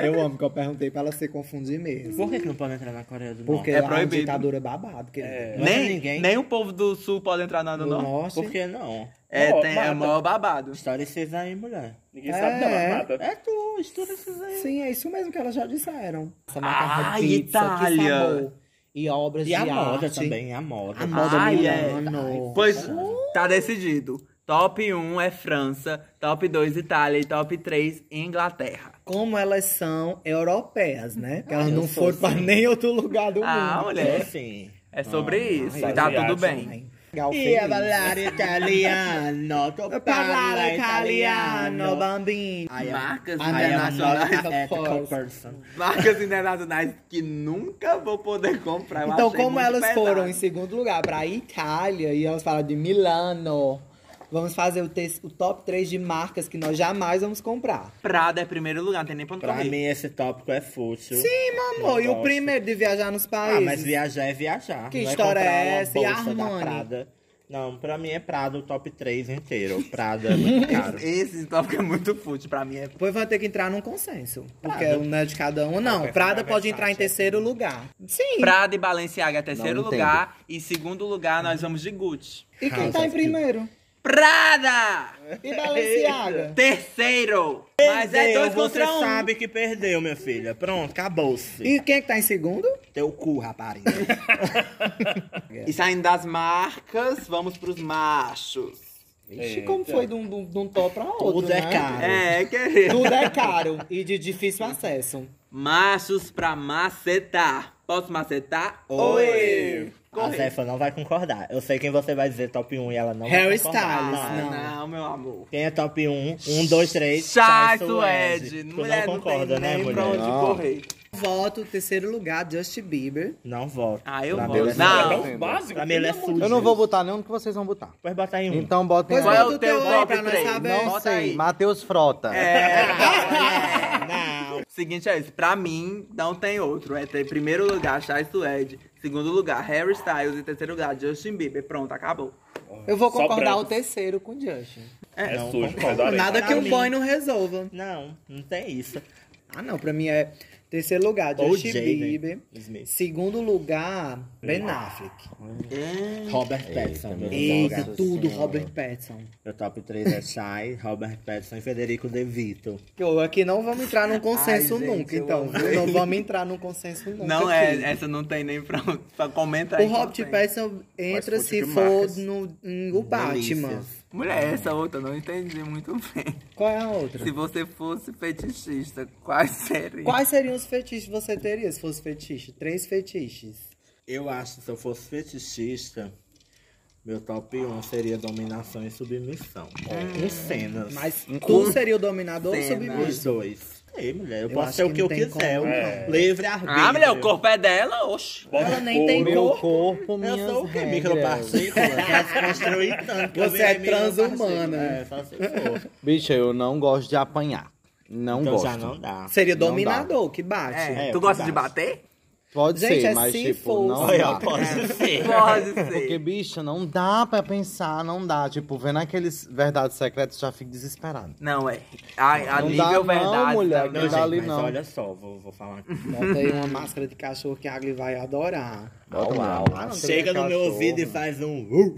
Speaker 1: Eu amo que eu perguntei pra ela se confundir mesmo.
Speaker 3: Por que, que não pode entrar na Coreia do
Speaker 1: Porque lá
Speaker 6: É
Speaker 1: é uma
Speaker 6: proibido.
Speaker 1: ditadura babado, querido.
Speaker 4: É.
Speaker 3: Não entra
Speaker 6: nem,
Speaker 3: ninguém.
Speaker 6: nem o povo do sul pode entrar nada
Speaker 1: Do
Speaker 6: não.
Speaker 1: norte.
Speaker 3: Por que não?
Speaker 6: É,
Speaker 4: Ó,
Speaker 6: tem, é
Speaker 4: mata.
Speaker 6: o maior babado.
Speaker 3: História vocês aí, mulher.
Speaker 4: Ninguém sabe não,
Speaker 1: É.
Speaker 4: mas nada.
Speaker 3: É tu, história vocês aí.
Speaker 1: Sim, é isso mesmo que elas já disseram. Essa
Speaker 6: Ah,
Speaker 1: macarrão pizza, que
Speaker 6: Itália.
Speaker 1: sabor. E obras
Speaker 3: E a
Speaker 1: de
Speaker 3: moda
Speaker 1: arte.
Speaker 3: também, a moda.
Speaker 1: A moda é.
Speaker 6: Ai,
Speaker 1: Milano.
Speaker 6: Pois tá decidido. Top 1 é França, top 2 Itália e top 3 Inglaterra.
Speaker 1: Como elas são europeias, né? Que elas não
Speaker 3: eu sou,
Speaker 1: foram pra
Speaker 3: sim.
Speaker 1: nem outro lugar do
Speaker 6: Ah,
Speaker 1: mundo.
Speaker 6: mulher,
Speaker 3: Sim.
Speaker 6: é sobre isso.
Speaker 4: ai,
Speaker 6: e tá
Speaker 4: ai,
Speaker 6: tudo
Speaker 4: ai,
Speaker 6: bem.
Speaker 1: Legal,
Speaker 3: E
Speaker 1: feliz.
Speaker 3: a falar italiano, tu parla italiano.
Speaker 1: bambino.
Speaker 3: I am-
Speaker 6: Marcas
Speaker 3: I am not
Speaker 6: internacionais.
Speaker 3: an ethical É, person.
Speaker 6: é Marcas internacionais que nunca vou poder comprar. Eu
Speaker 1: Então,
Speaker 6: achei
Speaker 1: como
Speaker 6: muito
Speaker 1: elas
Speaker 6: pesado.
Speaker 1: foram em segundo lugar pra Itália e elas falaram de Milano, vamos fazer o, te- o top 3 de marcas que nós jamais vamos comprar.
Speaker 6: Prada é primeiro lugar, não tem nem ponto
Speaker 3: Pra mim, esse tópico é fútil. Sim,
Speaker 1: Amor, e o primeiro de viajar nos
Speaker 3: Ah,
Speaker 1: países?
Speaker 3: mas viajar é viajar.
Speaker 1: Que
Speaker 3: Não
Speaker 1: história
Speaker 3: é, comprar
Speaker 1: é
Speaker 3: uma
Speaker 1: essa? E a
Speaker 3: bolsa da
Speaker 1: Armani?
Speaker 3: Prada. Não, pra mim é Prada o top 3 inteiro. Prada é muito caro.
Speaker 6: Esse tópico é muito fútil, pra mim é
Speaker 1: Depois vai ter que entrar num consenso. Porque é não é de cada um,
Speaker 3: Ah,
Speaker 1: não.
Speaker 3: é
Speaker 1: Prada pode entrar em terceiro lugar. Sim.
Speaker 6: Prada e Balenciaga é terceiro
Speaker 2: Não entendo.
Speaker 6: lugar. E segundo lugar, nós vamos de Gucci.
Speaker 1: E quem tá em primeiro?
Speaker 6: Prada!
Speaker 1: E Balenciaga?
Speaker 6: Terceiro! Mas é dois
Speaker 3: você
Speaker 6: contra um.
Speaker 3: sabe que perdeu, minha filha. Pronto, acabou-se.
Speaker 1: E quem é que tá em segundo?
Speaker 3: Teu cu, rapariga.
Speaker 6: E saindo das marcas, vamos pros machos.
Speaker 1: Ixi, como foi de um, de um- de um top pra outro,
Speaker 3: Tudo é
Speaker 1: né?
Speaker 3: caro.
Speaker 6: É, querido.
Speaker 1: Tudo é caro e de difícil acesso.
Speaker 6: Machos pra macetar. Posso macetar?
Speaker 3: Oi! A
Speaker 6: Corre.
Speaker 3: Zefa não vai concordar. Eu sei quem você vai dizer top 1 e ela não
Speaker 1: Harry
Speaker 3: vai concordar.
Speaker 1: Styles,
Speaker 6: Ah,
Speaker 1: não.
Speaker 6: não, meu amor.
Speaker 3: Quem é top 1? 1, 2, 3.
Speaker 6: Chai Suede.
Speaker 3: Tu
Speaker 6: Mulher,
Speaker 3: não
Speaker 6: não,
Speaker 3: concorda,
Speaker 6: tem
Speaker 3: né,
Speaker 6: nem pra
Speaker 3: mulher?
Speaker 6: onde
Speaker 2: Não.
Speaker 6: correr.
Speaker 1: Voto, terceiro lugar, Justin Bieber.
Speaker 3: Não voto.
Speaker 6: Ah, eu
Speaker 3: Pra
Speaker 6: vou.
Speaker 3: mim,
Speaker 2: Deus
Speaker 3: ela é
Speaker 6: Não.
Speaker 4: É
Speaker 2: Deus.
Speaker 4: tão básico.
Speaker 3: Pra mim, ele é
Speaker 4: pelo amor
Speaker 3: sujo.
Speaker 4: de
Speaker 2: Eu não
Speaker 4: Deus.
Speaker 2: vou botar nenhum que vocês vão botar.
Speaker 3: Vai botar em um.
Speaker 2: Então botem
Speaker 1: Pois
Speaker 6: Qual
Speaker 2: aí.
Speaker 6: é
Speaker 1: Bota
Speaker 6: o
Speaker 1: o teu
Speaker 6: teu
Speaker 1: aí
Speaker 6: top
Speaker 1: pra nós
Speaker 6: 3?
Speaker 1: saber.
Speaker 2: Não
Speaker 6: Bota
Speaker 2: sei,
Speaker 6: aí.
Speaker 2: Matheus Frota.
Speaker 3: Não.
Speaker 6: Seguinte é isso, pra mim não tem outro. É ter primeiro lugar Chai Suede, segundo lugar Harry Styles e terceiro lugar Justin Bieber. Pronto, acabou.
Speaker 1: Eu vou
Speaker 4: Só
Speaker 1: concordar
Speaker 4: branco.
Speaker 1: o terceiro com o Justin.
Speaker 4: É
Speaker 3: Não,
Speaker 4: sujo, mas
Speaker 3: concordo.
Speaker 4: olha aí.
Speaker 1: Nada que
Speaker 3: pra
Speaker 1: um
Speaker 3: mim.
Speaker 1: boy não resolva.
Speaker 3: Não, não tem isso.
Speaker 1: Ah, não, pra mim é terceiro lugar,
Speaker 3: Ou
Speaker 1: Justin
Speaker 6: né?
Speaker 1: Bieber.
Speaker 3: Jaden Smith.
Speaker 1: Segundo lugar, Ben
Speaker 6: Ah,
Speaker 1: Affleck.
Speaker 3: Robert Pattinson.
Speaker 6: é
Speaker 3: meu
Speaker 6: um
Speaker 1: Eita,
Speaker 3: lugar.
Speaker 1: tudo Robert Pattinson.
Speaker 3: Meu top 3 é Shai, Robert Pattinson e Federico De Vito.
Speaker 1: Pô, aqui não vamos entrar num consenso
Speaker 6: Ai, gente,
Speaker 1: nunca,
Speaker 6: eu
Speaker 1: então.
Speaker 6: amo.
Speaker 1: viu? Não vamos entrar num consenso nunca.
Speaker 6: não é,
Speaker 1: aqui.
Speaker 6: essa não tem nem pra, pra comentar.
Speaker 1: O
Speaker 6: aí, não
Speaker 1: Robert
Speaker 6: tem.
Speaker 1: Pattinson entra
Speaker 4: Mas
Speaker 1: se
Speaker 4: fute de
Speaker 1: for
Speaker 4: marcas.
Speaker 1: no, em o Batman.
Speaker 3: Delícias.
Speaker 6: Mulher, essa outra eu não entendi muito bem.
Speaker 1: Qual é a outra?
Speaker 6: Se você fosse fetichista, quais seriam?
Speaker 1: Quais seriam os fetiches que você teria se fosse fetiche? Três fetiches.
Speaker 3: Eu acho que se eu fosse fetichista, meu top 1 seria dominação e submissão. Com cenas.
Speaker 1: Hum, Mas
Speaker 6: Com
Speaker 1: tu seria o dominador ou
Speaker 6: cena.
Speaker 3: Os
Speaker 1: submisso?
Speaker 3: dois. Ei, mulher, eu,
Speaker 1: Eu
Speaker 3: posso
Speaker 1: acho
Speaker 3: ser o
Speaker 1: que
Speaker 3: que
Speaker 1: não
Speaker 3: eu
Speaker 1: tem
Speaker 3: quiser.
Speaker 1: como,
Speaker 3: eu-
Speaker 4: não.
Speaker 3: Livre arbítrio.
Speaker 6: Ah, mulher, o corpo é dela, oxe.
Speaker 4: Bota
Speaker 1: Ela
Speaker 4: um
Speaker 1: nem tem
Speaker 4: couro.
Speaker 1: cor.
Speaker 2: Meu corpo,
Speaker 3: Eu
Speaker 2: minhas
Speaker 3: sou o quê?
Speaker 2: regras.
Speaker 3: Micropartícula? Já se construí tanto. que eu
Speaker 1: Você
Speaker 3: virei
Speaker 1: é transhumana.
Speaker 3: micropartícula. É, só se for.
Speaker 2: Bicha, eu não gosto de apanhar. Não
Speaker 3: Então
Speaker 2: gosto.
Speaker 3: já não dá.
Speaker 1: Seria
Speaker 2: Não
Speaker 1: dominador, que bate.
Speaker 6: É,
Speaker 3: é,
Speaker 6: tu gosta de
Speaker 3: verdade.
Speaker 6: bater?
Speaker 2: Pode
Speaker 1: Gente,
Speaker 2: ser,
Speaker 1: é
Speaker 2: mas
Speaker 1: se
Speaker 2: tipo,
Speaker 1: fosse.
Speaker 2: não
Speaker 3: Olha,
Speaker 2: dá.
Speaker 3: pode
Speaker 6: É.
Speaker 3: ser.
Speaker 6: Pode
Speaker 2: Porque,
Speaker 6: ser.
Speaker 2: bicha, não dá pra pensar, não dá. Tipo, vendo aqueles verdades secretas, já fico desesperado.
Speaker 6: Não, é. A, a
Speaker 2: Não dá não,
Speaker 6: nível verdade. tá
Speaker 2: mulher,
Speaker 6: também.
Speaker 2: Não é dá ali,
Speaker 3: mas
Speaker 2: não.
Speaker 3: olha só, vou, vou falar aqui.
Speaker 1: Bota aí uma máscara de cachorro que a Agli vai adorar.
Speaker 2: Bota lá.
Speaker 1: Ah, não,
Speaker 3: Chega no meu ouvido e faz um... uh.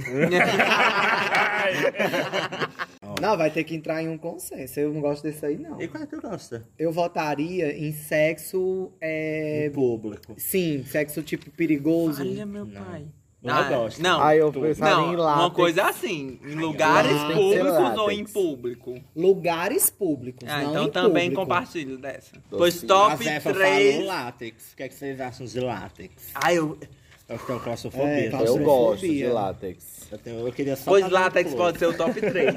Speaker 1: Não, vai ter que entrar em um consenso. Eu não gosto desse aí, não.
Speaker 3: E qual é que tu gosta?
Speaker 1: Eu votaria em sexo. É...
Speaker 3: Em público.
Speaker 1: Sim, sexo tipo perigoso.
Speaker 6: Olha, é meu pai. Ah,
Speaker 3: Eu gosto.
Speaker 6: Não,
Speaker 2: Aí eu pensaria
Speaker 6: não,
Speaker 2: em látex.
Speaker 6: uma coisa assim, em lugares
Speaker 2: látex. Tem que ser
Speaker 6: públicos ou em
Speaker 2: látex.
Speaker 6: público.
Speaker 1: Lugares públicos.
Speaker 6: Ah,
Speaker 1: não
Speaker 6: então
Speaker 1: em
Speaker 6: também
Speaker 1: público.
Speaker 6: compartilho dessa.
Speaker 2: Tô
Speaker 6: pois
Speaker 2: sim.
Speaker 6: top
Speaker 3: a Zefa falou
Speaker 6: 3.
Speaker 3: látex. O que, é que vocês acham de látex?
Speaker 6: Ai, eu,
Speaker 3: Eu tenho claustrofobia.
Speaker 1: É,
Speaker 3: tá?
Speaker 2: Eu
Speaker 1: claustrofobia.
Speaker 2: gosto de látex.
Speaker 3: Eu, tenho, eu queria só
Speaker 6: pois
Speaker 3: fazer um
Speaker 1: tá
Speaker 6: látex
Speaker 3: close.
Speaker 6: pode ser o top 3.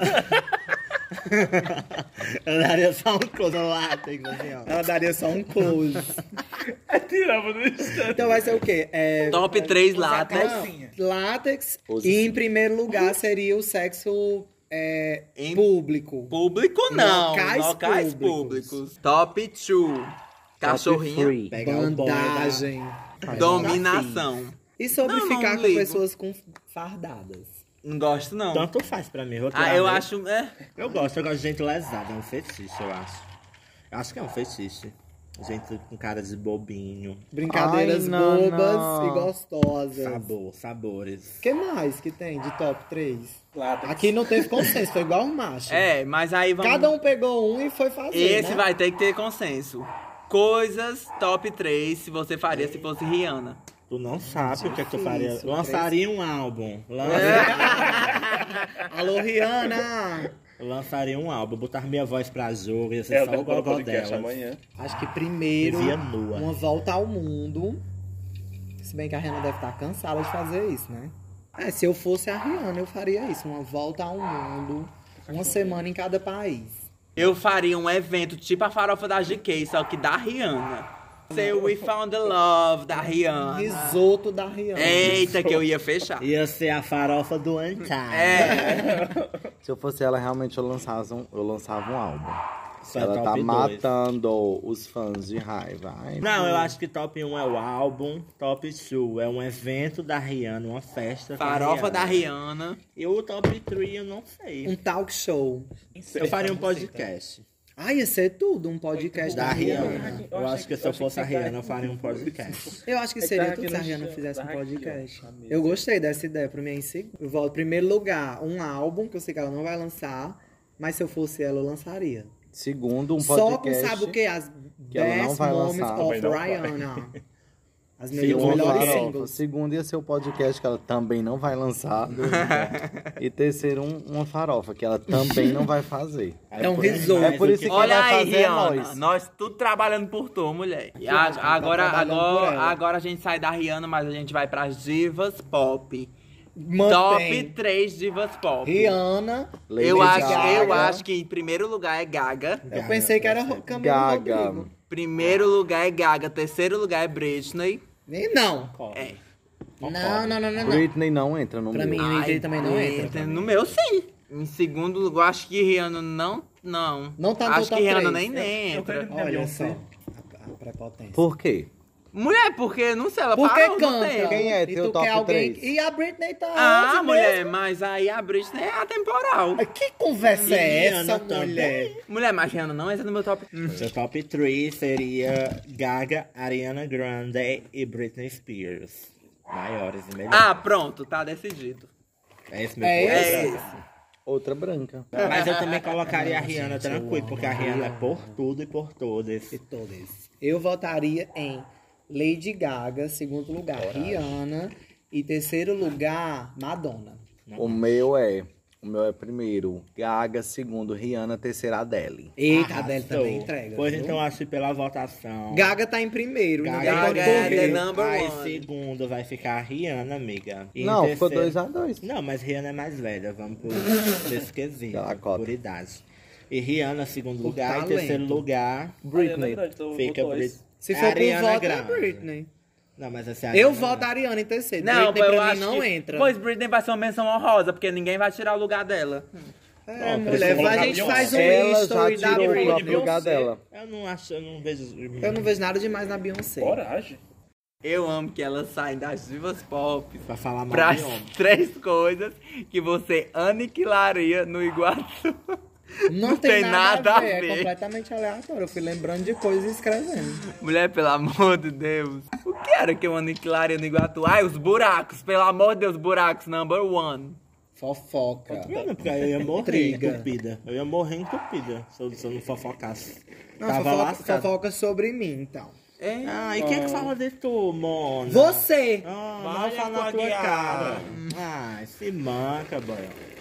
Speaker 3: Eu daria só um close no látex, assim, ó.
Speaker 1: Ela daria só um close.
Speaker 4: É tirava do instante.
Speaker 1: então vai ser o quê? É,
Speaker 6: top né? 3 látex.
Speaker 1: látex.
Speaker 2: Pose
Speaker 1: E
Speaker 2: sim.
Speaker 1: em primeiro lugar seria o sexo é,
Speaker 6: Em-
Speaker 1: público.
Speaker 6: Público não,
Speaker 1: Locais
Speaker 6: locais,
Speaker 1: públicos.
Speaker 6: públicos. Top 2. Cachorrinha.
Speaker 2: Free.
Speaker 3: Pegar o boy da-
Speaker 1: Bandagem.
Speaker 6: Dominação.
Speaker 1: E sobre
Speaker 6: Não, não
Speaker 1: ficar com
Speaker 6: ligo.
Speaker 1: pessoas com fardadas.
Speaker 6: Não gosto, não.
Speaker 3: Tanto faz pra mim.
Speaker 6: ah, eu
Speaker 3: roteiramente.
Speaker 6: acho. É,
Speaker 3: Eu gosto, eu gosto de gente lesada, é um fetiche, eu acho. Eu acho que é um fetiche. Gente com cara de bobinho.
Speaker 1: Brincadeiras
Speaker 2: Ai, não,
Speaker 1: bobas
Speaker 2: não.
Speaker 1: e gostosas. O
Speaker 3: Sabor, sabores.
Speaker 1: que mais que tem de top 3?
Speaker 6: Látex.
Speaker 1: Aqui não teve consenso, foi igual um macho.
Speaker 6: é, mas aí vamos.
Speaker 1: Cada um pegou um e foi fazer.
Speaker 6: Esse
Speaker 1: né?
Speaker 6: vai ter que ter consenso. Coisas top 3 se você faria se fosse Rihanna.
Speaker 3: Tu não sabe o que, é que eu faria.
Speaker 1: Difícil,
Speaker 3: Lançaria um álbum. Lan-
Speaker 1: Alô, Rihanna!
Speaker 3: Lançaria um álbum, botar minha voz pra jogo, ia ser
Speaker 4: É, eu
Speaker 3: só o
Speaker 4: quero falar
Speaker 3: gogó
Speaker 4: podcast
Speaker 3: dela.
Speaker 4: amanhã.
Speaker 1: Acho que primeiro,
Speaker 3: Vivia nua.
Speaker 1: uma volta ao mundo. Se bem que a Rihanna deve estar cansada de fazer isso, né? É, se eu fosse a Rihanna, eu faria isso. Uma volta ao mundo. Uma semana em cada país.
Speaker 6: Eu faria um evento tipo a farofa da GK, só que da Rihanna. Say We Found the Love da Rihanna.
Speaker 1: Risoto da Rihanna.
Speaker 6: Eita, que eu ia fechar.
Speaker 3: Ia ser a farofa do Antar.
Speaker 6: É,
Speaker 2: Se eu fosse ela, realmente eu lançava um, eu lançava um álbum.
Speaker 3: Só
Speaker 2: ela
Speaker 3: é top
Speaker 2: tá
Speaker 3: dois.
Speaker 2: matando os fãs de raiva. Ai,
Speaker 3: Não, eu acho que top 1 é o álbum, top 2 é um evento da Rihanna, uma
Speaker 1: é
Speaker 3: festa. com a
Speaker 6: farofa da Rihanna.
Speaker 3: E o top 3 eu não sei.
Speaker 1: Um talk show.
Speaker 3: Eu faria um podcast.
Speaker 1: Ah, ia ser tudo, um podcast da
Speaker 3: Da
Speaker 1: Rihanna.
Speaker 3: Rihanna. Eu acho que se eu fosse a Rihanna, eu faria um podcast.
Speaker 1: Eu acho que seria tudo se a Rihanna fizesse um podcast. Eu gostei dessa ideia, pra mim é em segundo. Eu volto, primeiro lugar, um álbum, que eu sei que ela não vai lançar. Mas se eu fosse ela, eu lançaria.
Speaker 2: Segundo, um
Speaker 1: Só com,
Speaker 2: podcast.
Speaker 1: sabe o quê? As
Speaker 2: que ela não
Speaker 1: Best
Speaker 2: vai
Speaker 1: Moments
Speaker 2: lançar.
Speaker 1: of
Speaker 4: Também
Speaker 6: um
Speaker 4: não vai.
Speaker 1: Rihanna. As
Speaker 3: Sim,
Speaker 1: melhores,
Speaker 3: eu
Speaker 1: os
Speaker 3: vou
Speaker 1: melhores
Speaker 3: falar, ó,
Speaker 2: Segundo,
Speaker 1: singles.
Speaker 2: segundo ia ser o podcast que ela também não vai lançar. e terceiro, um- uma farofa que ela também não vai fazer.
Speaker 1: É um risoto.
Speaker 2: É por isso que
Speaker 6: Olha
Speaker 2: vai
Speaker 6: aí,
Speaker 2: fazer é
Speaker 6: Rihanna.
Speaker 2: nós.
Speaker 6: Nós. tudo trabalhando por tu, mulher. E a- agora,
Speaker 1: Tá trabalhando por
Speaker 6: agora,
Speaker 1: ela.
Speaker 6: agora a gente sai da Rihanna, mas a gente vai pras divas pop. Top
Speaker 1: Mantém.
Speaker 6: 3 divas pop.
Speaker 1: Rihanna.
Speaker 2: Lady
Speaker 6: Eu acho,
Speaker 2: Gaga.
Speaker 6: eu acho que em primeiro lugar é Gaga.
Speaker 1: Eu pensei que era Ro-
Speaker 2: um
Speaker 1: Camila
Speaker 2: é Gaga.
Speaker 1: Rodrigo.
Speaker 6: Primeiro lugar é Gaga, terceiro lugar é Britney.
Speaker 1: E não.
Speaker 6: É.
Speaker 1: Não, não, não, não, não.
Speaker 2: Britney não entra no
Speaker 1: Pra
Speaker 2: meu.
Speaker 1: mim, Britney também não
Speaker 6: Britney
Speaker 1: entra.
Speaker 6: No meu, sim. Em segundo lugar, acho que Rihanna não. Não.
Speaker 1: Não tá no
Speaker 6: Acho
Speaker 1: top
Speaker 6: que Rihanna
Speaker 1: três.
Speaker 6: nem, nem
Speaker 4: eu
Speaker 6: entra.
Speaker 4: quero-
Speaker 1: Olha só.
Speaker 4: Beyoncé.
Speaker 1: A, a prepotência.
Speaker 2: Por quê?
Speaker 6: Mulher, porque não sei, ela
Speaker 1: Porque
Speaker 6: parou no
Speaker 1: canta.
Speaker 6: tempo.
Speaker 2: Quem é
Speaker 1: E
Speaker 2: teu
Speaker 1: tu
Speaker 2: top
Speaker 1: quer alguém...
Speaker 2: três?
Speaker 1: E a Britney tá
Speaker 6: Ah,
Speaker 1: onde
Speaker 6: mulher,
Speaker 1: mesmo?
Speaker 6: mas aí a Britney é atemporal.
Speaker 1: Mas Que conversa é
Speaker 3: Rihanna
Speaker 6: tá
Speaker 1: essa,
Speaker 3: também.
Speaker 1: mulher?
Speaker 6: Mulher, mas Rihanna não entra no meu top.
Speaker 3: Seu top 3 seria Gaga, Ariana Grande e Britney Spears. Maiores e melhores.
Speaker 6: Ah, pronto, tá decidido.
Speaker 3: é esse meu
Speaker 1: é
Speaker 3: top
Speaker 6: É
Speaker 3: três.
Speaker 6: isso.
Speaker 2: Outra branca.
Speaker 3: Mas eu também colocaria a Rihanna
Speaker 1: gente, eu
Speaker 3: tranquilo,
Speaker 1: amo
Speaker 3: porque a
Speaker 1: a
Speaker 3: Rihanna é
Speaker 1: Rihanna.
Speaker 3: por tudo e por todas.
Speaker 1: de todas. Eu votaria em Lady Gaga, segundo lugar, Rihanna. E terceiro lugar, Madonna.
Speaker 2: O meu é. O meu é primeiro. Gaga, segundo, Rihanna, terceira Adele.
Speaker 1: Eita, a Adele
Speaker 3: Arrasou.
Speaker 1: também entrega.
Speaker 3: Pois
Speaker 1: viu?
Speaker 3: então acho que pela votação.
Speaker 1: Gaga tá em primeiro.
Speaker 3: Gaga,
Speaker 1: ninguém pode
Speaker 6: Gaga
Speaker 1: correr.
Speaker 6: é the number
Speaker 3: Aí,
Speaker 6: one.
Speaker 3: segundo vai ficar a Rihanna, amiga. E em
Speaker 2: não, ficou
Speaker 3: terceiro-
Speaker 2: 2x2.
Speaker 3: Não, mas Rihanna é mais velha, vamos por pesquisar,
Speaker 2: Pela cota.
Speaker 3: por idade. E Rihanna, segundo lugar, e
Speaker 1: talento.
Speaker 3: terceiro lugar
Speaker 2: Britney.
Speaker 3: fica Britney.
Speaker 1: Se for por
Speaker 3: Ariana
Speaker 1: voto, é
Speaker 3: Grande.
Speaker 1: Britney.
Speaker 3: Não, mas essa é a
Speaker 1: Eu
Speaker 3: Ariana
Speaker 1: voto a
Speaker 3: Grande.
Speaker 1: Ariana em terceiro.
Speaker 6: Não,
Speaker 1: Britney
Speaker 6: eu
Speaker 1: pra
Speaker 6: acho
Speaker 1: mim não
Speaker 6: que-
Speaker 1: entra.
Speaker 6: Pois Britney vai ser uma menção honrosa, porque ninguém vai tirar o lugar dela.
Speaker 1: é,
Speaker 3: Não,
Speaker 1: mulher,
Speaker 4: preciso
Speaker 1: vai- a gente
Speaker 4: colocar
Speaker 1: faz um
Speaker 2: Ela já
Speaker 1: history da
Speaker 2: tirou o
Speaker 1: Britney.
Speaker 2: próprio lugar dela.
Speaker 3: Eu não acho, eu não vejo.
Speaker 1: Eu não vejo nada demais na Beyoncé.
Speaker 4: Coragem.
Speaker 6: Eu amo que ela sai das divas pop
Speaker 3: Pra falar mal
Speaker 6: pras
Speaker 3: de homem.
Speaker 6: três coisas que você aniquilaria no Iguaçu.
Speaker 1: Não,
Speaker 6: Não
Speaker 1: tem,
Speaker 6: tem
Speaker 1: nada,
Speaker 6: nada a
Speaker 1: É
Speaker 6: ver.
Speaker 1: completamente aleatório. Eu fui lembrando de coisas e escrevendo.
Speaker 6: Mulher, pelo amor de Deus. O que era que eu aniquilaria no Iguatu? Ai, os buracos, pelo amor de Deus, buracos, number one.
Speaker 1: Fofoca.
Speaker 3: Eu não, porque eu ia morrer
Speaker 1: Intriga.
Speaker 3: entupida. Eu ia morrer entupida se eu, se eu não fofocasse.
Speaker 1: Não,
Speaker 3: Tava
Speaker 1: fofoca,
Speaker 3: lascado.
Speaker 1: fofoca sobre mim, então.
Speaker 6: É.
Speaker 3: Ah, e quem é que fala de tu, mona?
Speaker 1: Você!
Speaker 3: Ah,
Speaker 6: Vai
Speaker 3: não fala
Speaker 6: com a
Speaker 3: na tua
Speaker 6: guiada.
Speaker 3: cara. Ah, se manca, boy.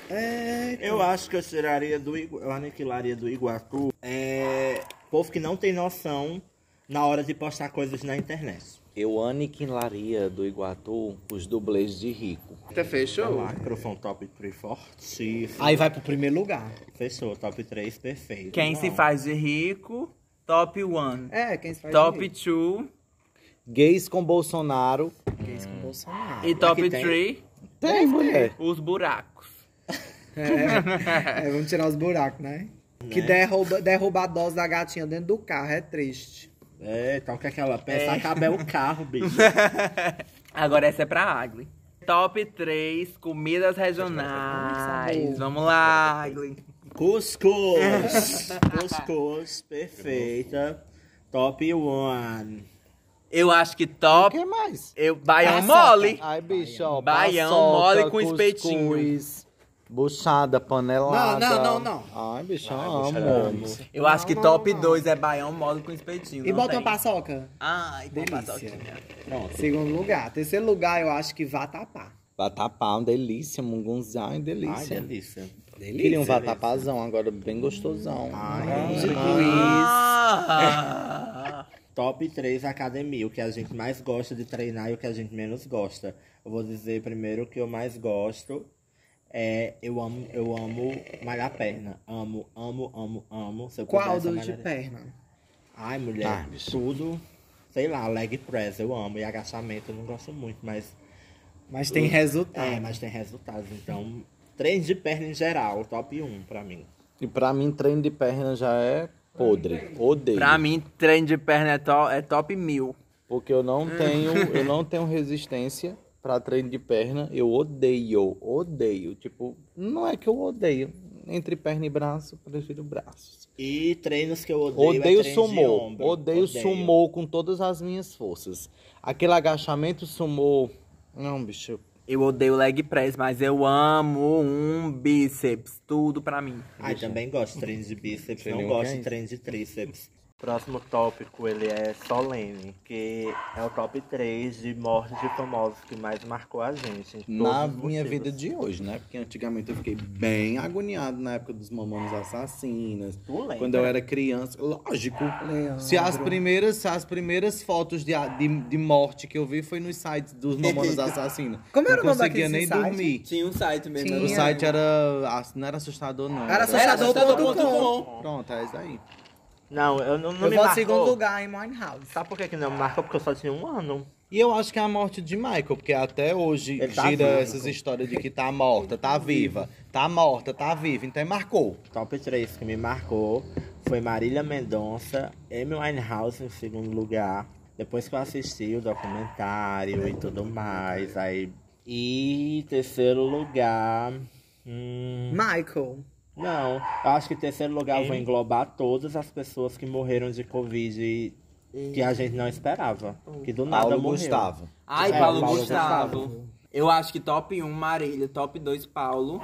Speaker 1: É,
Speaker 3: Eu acho que eu tiraria do Igu- eu aniquilaria do Iguatu é povo que não tem noção na hora de postar coisas na internet.
Speaker 2: Eu aniquilaria do Iguatu os dublês de rico.
Speaker 6: Até fechou?
Speaker 3: Lacro foi um top 3 fortíssimo.
Speaker 1: Aí vai pro primeiro lugar.
Speaker 3: Fechou, top 3 perfeito.
Speaker 6: Quem se
Speaker 3: Não.
Speaker 6: faz de rico, top one.
Speaker 1: É, quem se faz
Speaker 6: Top
Speaker 1: direito.
Speaker 6: two
Speaker 2: Gays com Bolsonaro.
Speaker 1: é Gays com Bolsonaro.
Speaker 6: e top
Speaker 3: tem.
Speaker 6: three,
Speaker 2: Tem, mulher.
Speaker 6: os buracos.
Speaker 1: É, vamos tirar os buracos, né? Que derruba, derruba a dose da gatinha dentro do carro, é triste.
Speaker 3: É, então que aquela peça acaba é o carro, bicho.
Speaker 6: Agora essa é pra Agli. Top 3 comidas regionais. Vamos lá, Agli.
Speaker 3: Cuscuz!
Speaker 2: É.
Speaker 3: Cuscuz, perfeita. Top 1.
Speaker 6: Eu acho que
Speaker 2: O
Speaker 6: top.
Speaker 2: que mais?
Speaker 6: Eu, baião mole.
Speaker 2: Ai, bicho, ó,
Speaker 6: Baião
Speaker 2: paçoca,
Speaker 6: mole com espetinho.
Speaker 2: cuscuz, Buchada, panelada.
Speaker 1: Não, não, não,
Speaker 2: Ai, bicho, eu
Speaker 3: buchada,
Speaker 2: amo.
Speaker 6: Eu acho que top 2 é baião mole com espetinho.
Speaker 1: E
Speaker 6: não
Speaker 1: bota
Speaker 6: tem.
Speaker 1: uma paçoca.
Speaker 6: Ai, com
Speaker 1: Delícia.
Speaker 6: paçoquinha.
Speaker 1: Segundo lugar. Terceiro lugar, eu acho que vatapá.
Speaker 2: Vatapá, uma delícia, mungunzão, uma
Speaker 3: Ai, é
Speaker 2: delícia.
Speaker 3: delícia.
Speaker 2: Queria um vatapazão agora, bem gostosão.
Speaker 3: Ai,
Speaker 6: Ah,
Speaker 3: Top 3 academia, o que a gente mais gosta de treinar e o que a gente menos gosta. Eu vou dizer primeiro o que eu mais gosto é eu amo, eu amo malhar perna. Amo, amo, amo, amo. Se eu
Speaker 1: Qual
Speaker 3: pudesse, eu
Speaker 1: dos de
Speaker 3: malharia.
Speaker 1: perna?
Speaker 3: Ai, mulher,
Speaker 2: Ah, bicho.
Speaker 3: tudo. Sei lá, leg press eu amo e agachamento eu não gosto muito, mas
Speaker 1: Mas tem resultado.
Speaker 3: é, mas tem resultados. Então, treino de perna em geral, top 1 pra mim.
Speaker 2: E pra mim, treino de perna já é podre. Odeio.
Speaker 6: pra mim, treino de perna é top, é top mil.
Speaker 2: Porque eu não tenho, eu não tenho resistência pra treino de perna. Eu odeio, odeio. Tipo, não é que eu odeio. Entre perna e braço, eu prefiro braços.
Speaker 3: E treinos que eu odeio.
Speaker 2: Odeio
Speaker 3: é treino de
Speaker 2: sumô.
Speaker 3: ombro.
Speaker 2: Odeio, sumô com todas as minhas forças. Aquele agachamento sumô. Não, bicho.
Speaker 6: Eu odeio leg press, mas eu amo um bíceps. Tudo pra mim.
Speaker 3: Ai, também gosto de treino de bíceps,
Speaker 2: Sei nem
Speaker 3: não
Speaker 2: o que
Speaker 3: gosto
Speaker 2: é
Speaker 3: de treino de tríceps.
Speaker 7: Próximo tópico, ele é solene, que é o top 3 de mortes de famosos que mais marcou a gente. em todos
Speaker 2: Na
Speaker 7: os
Speaker 2: minha
Speaker 7: motivos.
Speaker 2: vida de hoje, né? Porque antigamente eu fiquei bem agoniado na época dos mamonas assassinas.
Speaker 7: Tu lembra?
Speaker 2: Quando eu era criança. Lógico.
Speaker 3: É.
Speaker 1: Leandro.
Speaker 2: Se as primeiras, se as primeiras fotos de, a- de, de morte que eu vi foi nos sites dos Mamonas Assassinos.
Speaker 1: Como era
Speaker 2: não
Speaker 1: o nome
Speaker 2: conseguia
Speaker 1: daquele
Speaker 2: nem
Speaker 1: site?
Speaker 2: dormir.
Speaker 6: Tinha um site mesmo.
Speaker 1: Tinha.
Speaker 2: O site era. ass- Não era assustador, não.
Speaker 1: Era assustador.com.
Speaker 2: Pronto, é isso aí.
Speaker 7: Não, eu não, não me
Speaker 1: Eu vou em
Speaker 7: marcou.
Speaker 1: segundo lugar em Winehouse.
Speaker 7: Sabe por que, que não me marcou? Porque eu só tinha um ano.
Speaker 2: E eu acho que é a morte de Michael, porque até hoje
Speaker 7: Ele
Speaker 2: gira
Speaker 7: tá vivo.
Speaker 2: essas histórias de que tá morta, tá viva, tá morta, tá viva. Então marcou.
Speaker 3: Top 3 que me marcou foi Marília Mendonça, Amy Winehouse em segundo lugar. Depois que eu assisti o documentário e tudo mais, aí... E terceiro lugar... Hum...
Speaker 1: Michael.
Speaker 3: Não, eu acho que em terceiro lugar eu vou englobar todas as pessoas que morreram de Covid e- que a gente não esperava. Que do nada
Speaker 2: Paulo
Speaker 3: morreu.
Speaker 2: Gustavo.
Speaker 6: Ai,
Speaker 3: É,
Speaker 6: Paulo,
Speaker 3: Paulo
Speaker 6: Gustavo. Eu acho que top 1, Marília. Top 2, Paulo.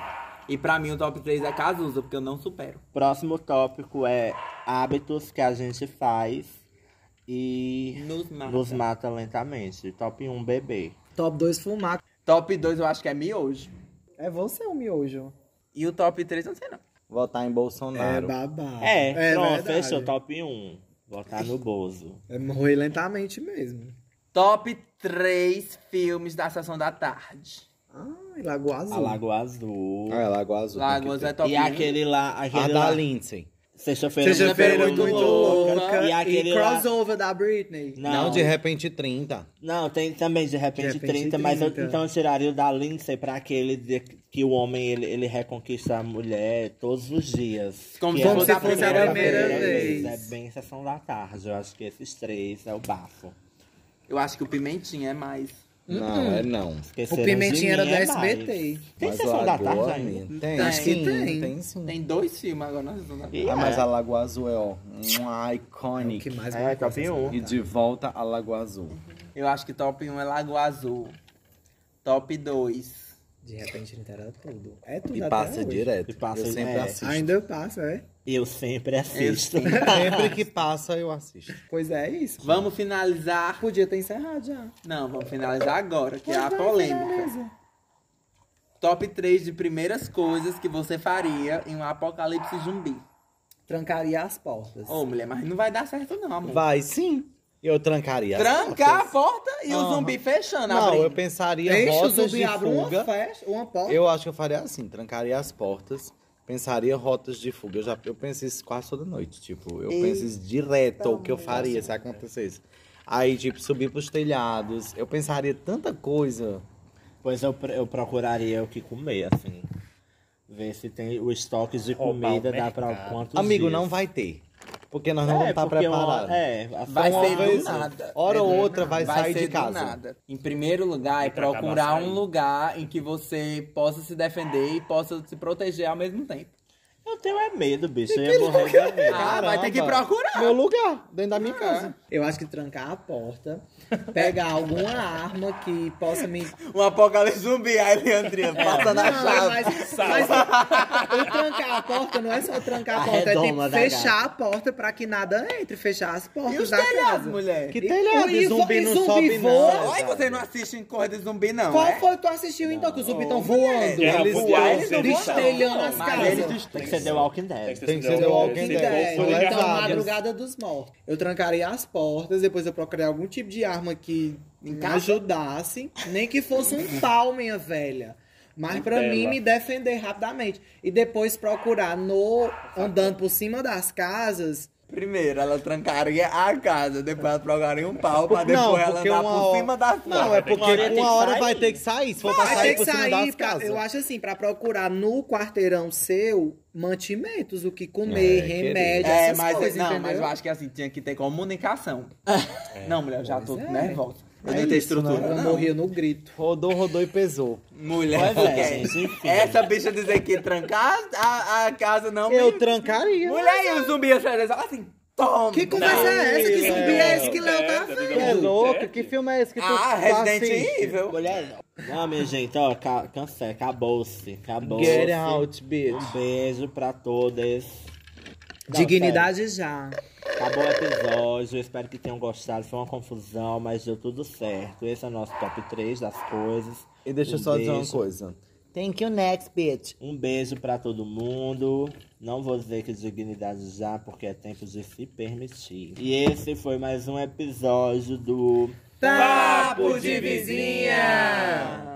Speaker 6: E pra mim, o top 3 é Cazuza, porque eu não supero.
Speaker 3: Próximo tópico é hábitos que a gente faz e
Speaker 6: Nos mata.
Speaker 3: nos mata lentamente. Top 1 bebê.
Speaker 1: Top 2 fumar.
Speaker 6: Top 2 eu acho que é miojo.
Speaker 1: É você o miojo.
Speaker 6: E o top 3 não sei não.
Speaker 2: Votar em Bolsonaro.
Speaker 1: babado.
Speaker 3: É, pronto,
Speaker 1: verdade.
Speaker 3: fechou. Top 1. Votar no Bozo.
Speaker 1: É morrer lentamente mesmo.
Speaker 6: Top 3 filmes da Sessão da Tarde.
Speaker 1: Ai, Lagoa
Speaker 3: A
Speaker 1: Azul.
Speaker 3: Lagoa Azul.
Speaker 2: Ah, é Lagoa Azul. tem que
Speaker 6: Lagos
Speaker 2: ter.
Speaker 6: é top
Speaker 3: E
Speaker 6: 1.
Speaker 3: aquele lá,
Speaker 2: A
Speaker 3: aquele
Speaker 2: da
Speaker 3: lá.
Speaker 2: Lindsay.
Speaker 3: Sexta-feira é
Speaker 1: Sexta-feira é
Speaker 6: Feira
Speaker 1: muito,
Speaker 6: Muito
Speaker 1: louca.
Speaker 3: E
Speaker 1: E,
Speaker 3: aquele lá-
Speaker 1: crossover da Britney.
Speaker 2: Não,
Speaker 3: Não.
Speaker 2: de repente 30.
Speaker 3: Não, tem também de repente,
Speaker 1: De repente
Speaker 3: 30, mas eu-
Speaker 1: 30.
Speaker 3: então eu tiraria o da Lindsay pra aquele de- que o homem ele, ele reconquista a mulher todos os dias.
Speaker 6: Como
Speaker 3: Que
Speaker 6: se
Speaker 3: é
Speaker 6: fosse a primeira
Speaker 1: vez.
Speaker 3: É bem sessão da tarde. Eu acho que esses três é o bafo.
Speaker 6: Eu acho que o Pimentinha é mais.
Speaker 2: Não, é não.
Speaker 1: O
Speaker 3: Esqueceram de
Speaker 1: Pimentinha era
Speaker 3: mim,
Speaker 1: do
Speaker 3: é mais.
Speaker 1: SBT.
Speaker 3: Tem
Speaker 2: Mas
Speaker 3: sessão da
Speaker 2: Lagoa,
Speaker 3: tarde ainda?
Speaker 2: amigo, Tem,
Speaker 6: Acho que
Speaker 2: sim,
Speaker 1: tem.
Speaker 2: tem. sim.
Speaker 6: Tem dois filmes agora na Sessão da Tarde.
Speaker 3: Ih,
Speaker 2: Ah, mas
Speaker 3: é.
Speaker 2: a Lagoa Azul é, ó, uma
Speaker 1: O que
Speaker 2: iconic.
Speaker 1: mais
Speaker 3: É,
Speaker 1: marcou
Speaker 3: top
Speaker 1: essa
Speaker 3: um.
Speaker 1: semana?
Speaker 2: E de volta a Lagoa Azul.
Speaker 6: Eu acho que top 1 é Lago Azul. Top 2.
Speaker 1: De repente não era tudo. É tudo
Speaker 2: E
Speaker 1: até
Speaker 2: passa
Speaker 1: hoje.
Speaker 2: direto.
Speaker 3: E passa-
Speaker 2: eu sempre
Speaker 3: é.
Speaker 2: assisto.
Speaker 1: Ainda passa, é?
Speaker 3: Eu sempre assisto.
Speaker 2: Sempre que passa, eu assisto.
Speaker 1: Pois é, isso.
Speaker 6: Vamos finalizar.
Speaker 1: Podia ter encerrado já.
Speaker 6: Não, vamos finalizar agora, que é a
Speaker 1: Mas vai,
Speaker 6: polêmica.
Speaker 1: finaliza.
Speaker 6: Top 3 de primeiras coisas que você faria em um apocalipse zumbi.
Speaker 1: Trancaria as portas.
Speaker 6: Ô, mulher, mas não vai dar certo não, amor.
Speaker 2: Vai sim. Eu trancaria. as
Speaker 6: Trancar
Speaker 2: portas.
Speaker 6: a porta e o
Speaker 2: Aham.
Speaker 6: zumbi fechando,
Speaker 2: Não, eu
Speaker 6: abrindo.
Speaker 2: pensaria
Speaker 1: Deixa o
Speaker 2: rotas
Speaker 1: zumbi
Speaker 2: de
Speaker 1: abre uma,
Speaker 2: fuga.
Speaker 1: fecha, uma porta.
Speaker 2: Eu acho que eu faria assim, trancaria as portas, pensaria rotas de fuga. Eu já eu penso isso quase toda noite, tipo, eu penso isso direto o que eu faria se acontecesse. Aí, tipo, subir pros telhados, eu pensaria tanta coisa.
Speaker 3: pois eu, pr- eu procuraria o que comer, assim. Ver se tem o estoque de
Speaker 2: Roubar
Speaker 3: comida,
Speaker 2: o
Speaker 3: dá pra
Speaker 2: mercado.
Speaker 3: quantos
Speaker 2: Amigo,
Speaker 3: dias?
Speaker 2: não vai ter. Porque nós não
Speaker 3: É,
Speaker 2: vamos estar
Speaker 3: porque uma-
Speaker 2: preparados.
Speaker 3: é, a
Speaker 2: Vai
Speaker 6: Vai ser
Speaker 2: uma vez,
Speaker 6: do nada.
Speaker 2: Hora
Speaker 6: É
Speaker 2: ou
Speaker 6: do
Speaker 2: outra
Speaker 6: nada.
Speaker 2: vai, sair
Speaker 6: ser
Speaker 2: de
Speaker 6: do
Speaker 2: casa.
Speaker 6: nada. Em primeiro lugar, é
Speaker 2: pra acabar
Speaker 6: procurar um
Speaker 2: saindo.
Speaker 6: lugar em que você possa se defender e possa se proteger ao mesmo tempo.
Speaker 3: Eu tenho é medo, bicho. Eu ia morrer de medo.
Speaker 6: Ah, vai ter que procurar.
Speaker 2: Meu lugar, dentro da minha casa.
Speaker 1: Eu acho que trancar a porta, pegar alguma arma que possa me.
Speaker 6: Um apocalipse zumbi, aí Leandrinha
Speaker 2: Tá
Speaker 6: passa na
Speaker 1: Não,
Speaker 6: chave.
Speaker 1: mas, mas o trancar a porta não é só trancar a
Speaker 6: A
Speaker 1: porta, é
Speaker 6: redoma
Speaker 1: tipo
Speaker 6: da
Speaker 1: fechar a porta pra que nada entre, fechar as portas
Speaker 6: E os
Speaker 1: da
Speaker 6: telhados,
Speaker 1: casa.
Speaker 6: mulher?
Speaker 2: Que
Speaker 1: E-
Speaker 2: telhado,
Speaker 1: e- e-
Speaker 2: zumbi
Speaker 1: e
Speaker 2: não
Speaker 1: zumbi
Speaker 2: sobe
Speaker 1: voa?
Speaker 2: não.
Speaker 6: Ai, você não assiste em corrida de zumbi, não.
Speaker 1: Qual
Speaker 6: é?
Speaker 1: foi que tu assistiu então que os zumbis estão
Speaker 6: Não,
Speaker 1: voando?
Speaker 6: mulher.
Speaker 1: Eles
Speaker 4: Voar,
Speaker 1: tão
Speaker 4: eles não voam,
Speaker 1: destelhando
Speaker 6: não.
Speaker 1: as
Speaker 6: Mas
Speaker 1: casas.
Speaker 6: eles
Speaker 3: Tem que ser The Walking Dead.
Speaker 2: Ah. Tem que ser The Walking
Speaker 1: Que ideia,
Speaker 2: Dead.
Speaker 4: Sou
Speaker 1: então,
Speaker 4: legal.
Speaker 1: madrugada dos mortos. Eu trancaria as portas, depois eu procurei algum tipo de arma que me
Speaker 6: casa?
Speaker 1: ajudasse, nem que fosse um pau, minha velha. Mas pra
Speaker 4: Dela.
Speaker 1: mim me defender rapidamente e depois procurar no andando por cima das casas.
Speaker 6: Primeiro, ela trancaria a casa, depois ela trocaria um pau pra depois
Speaker 2: Não,
Speaker 6: ela
Speaker 2: porque
Speaker 6: andar
Speaker 2: uma
Speaker 6: por
Speaker 2: hora-
Speaker 6: cima da
Speaker 2: Não, é porque
Speaker 3: hora tem que
Speaker 2: uma hora
Speaker 3: sair.
Speaker 2: vai ter que sair. Se for pra
Speaker 1: Vai ter
Speaker 2: sair
Speaker 1: que
Speaker 2: por cima das
Speaker 1: sair, pra-
Speaker 2: casas.
Speaker 1: eu acho assim, pra procurar no quarteirão seu mantimentos, o que comer,
Speaker 2: É,
Speaker 1: remédio,
Speaker 6: É,
Speaker 1: essas
Speaker 6: mas,
Speaker 1: coisas,
Speaker 6: não,
Speaker 1: entendeu?
Speaker 6: mas eu acho que assim, tinha que ter comunicação. Não, mulher, eu já tô
Speaker 1: Pois é. né?
Speaker 6: nervosa. Eu
Speaker 2: É
Speaker 6: não tenho
Speaker 2: isso,
Speaker 6: estrutura.
Speaker 1: Ela
Speaker 6: não.
Speaker 1: morria no grito.
Speaker 2: Rodou, rodou e pesou.
Speaker 6: Mulher,
Speaker 3: Pois é,
Speaker 6: porque
Speaker 3: gente, enfim.
Speaker 6: essa bicha dizer que trancar a, a casa não
Speaker 2: Eu
Speaker 6: me...
Speaker 2: trancaria.
Speaker 6: Mulher, e o zumbi ia sair dessa- assim, toma.
Speaker 1: Que conversa é essa? Que
Speaker 4: Não,
Speaker 1: zumbi é esse que
Speaker 4: não,
Speaker 1: Léo tá
Speaker 4: não,
Speaker 1: vendo?
Speaker 2: É
Speaker 4: não, não.
Speaker 2: louca? Que filme é esse que tu
Speaker 6: Ah,
Speaker 2: tá
Speaker 6: Resident
Speaker 2: assistindo?
Speaker 6: Evil.
Speaker 3: Não, minha gente, ó, ca cancela, acabou-se. Acabou-se.
Speaker 2: Get out, bitch.
Speaker 3: Um beijo pra todas. Não,
Speaker 1: Dignidade já.
Speaker 3: sério, acabou o episódio. Eu espero que tenham gostado. Foi uma confusão, mas deu tudo certo. Esse é o nosso top 3 das coisas.
Speaker 2: E deixa eu
Speaker 3: Um
Speaker 2: só dizer uma
Speaker 3: beijo.
Speaker 2: coisa. Thank you next, bitch.
Speaker 3: Um beijo pra todo mundo. Não vou dizer que dignidade já, porque é tempo de se permitir. E esse foi mais um episódio do
Speaker 6: Papo de vizinha!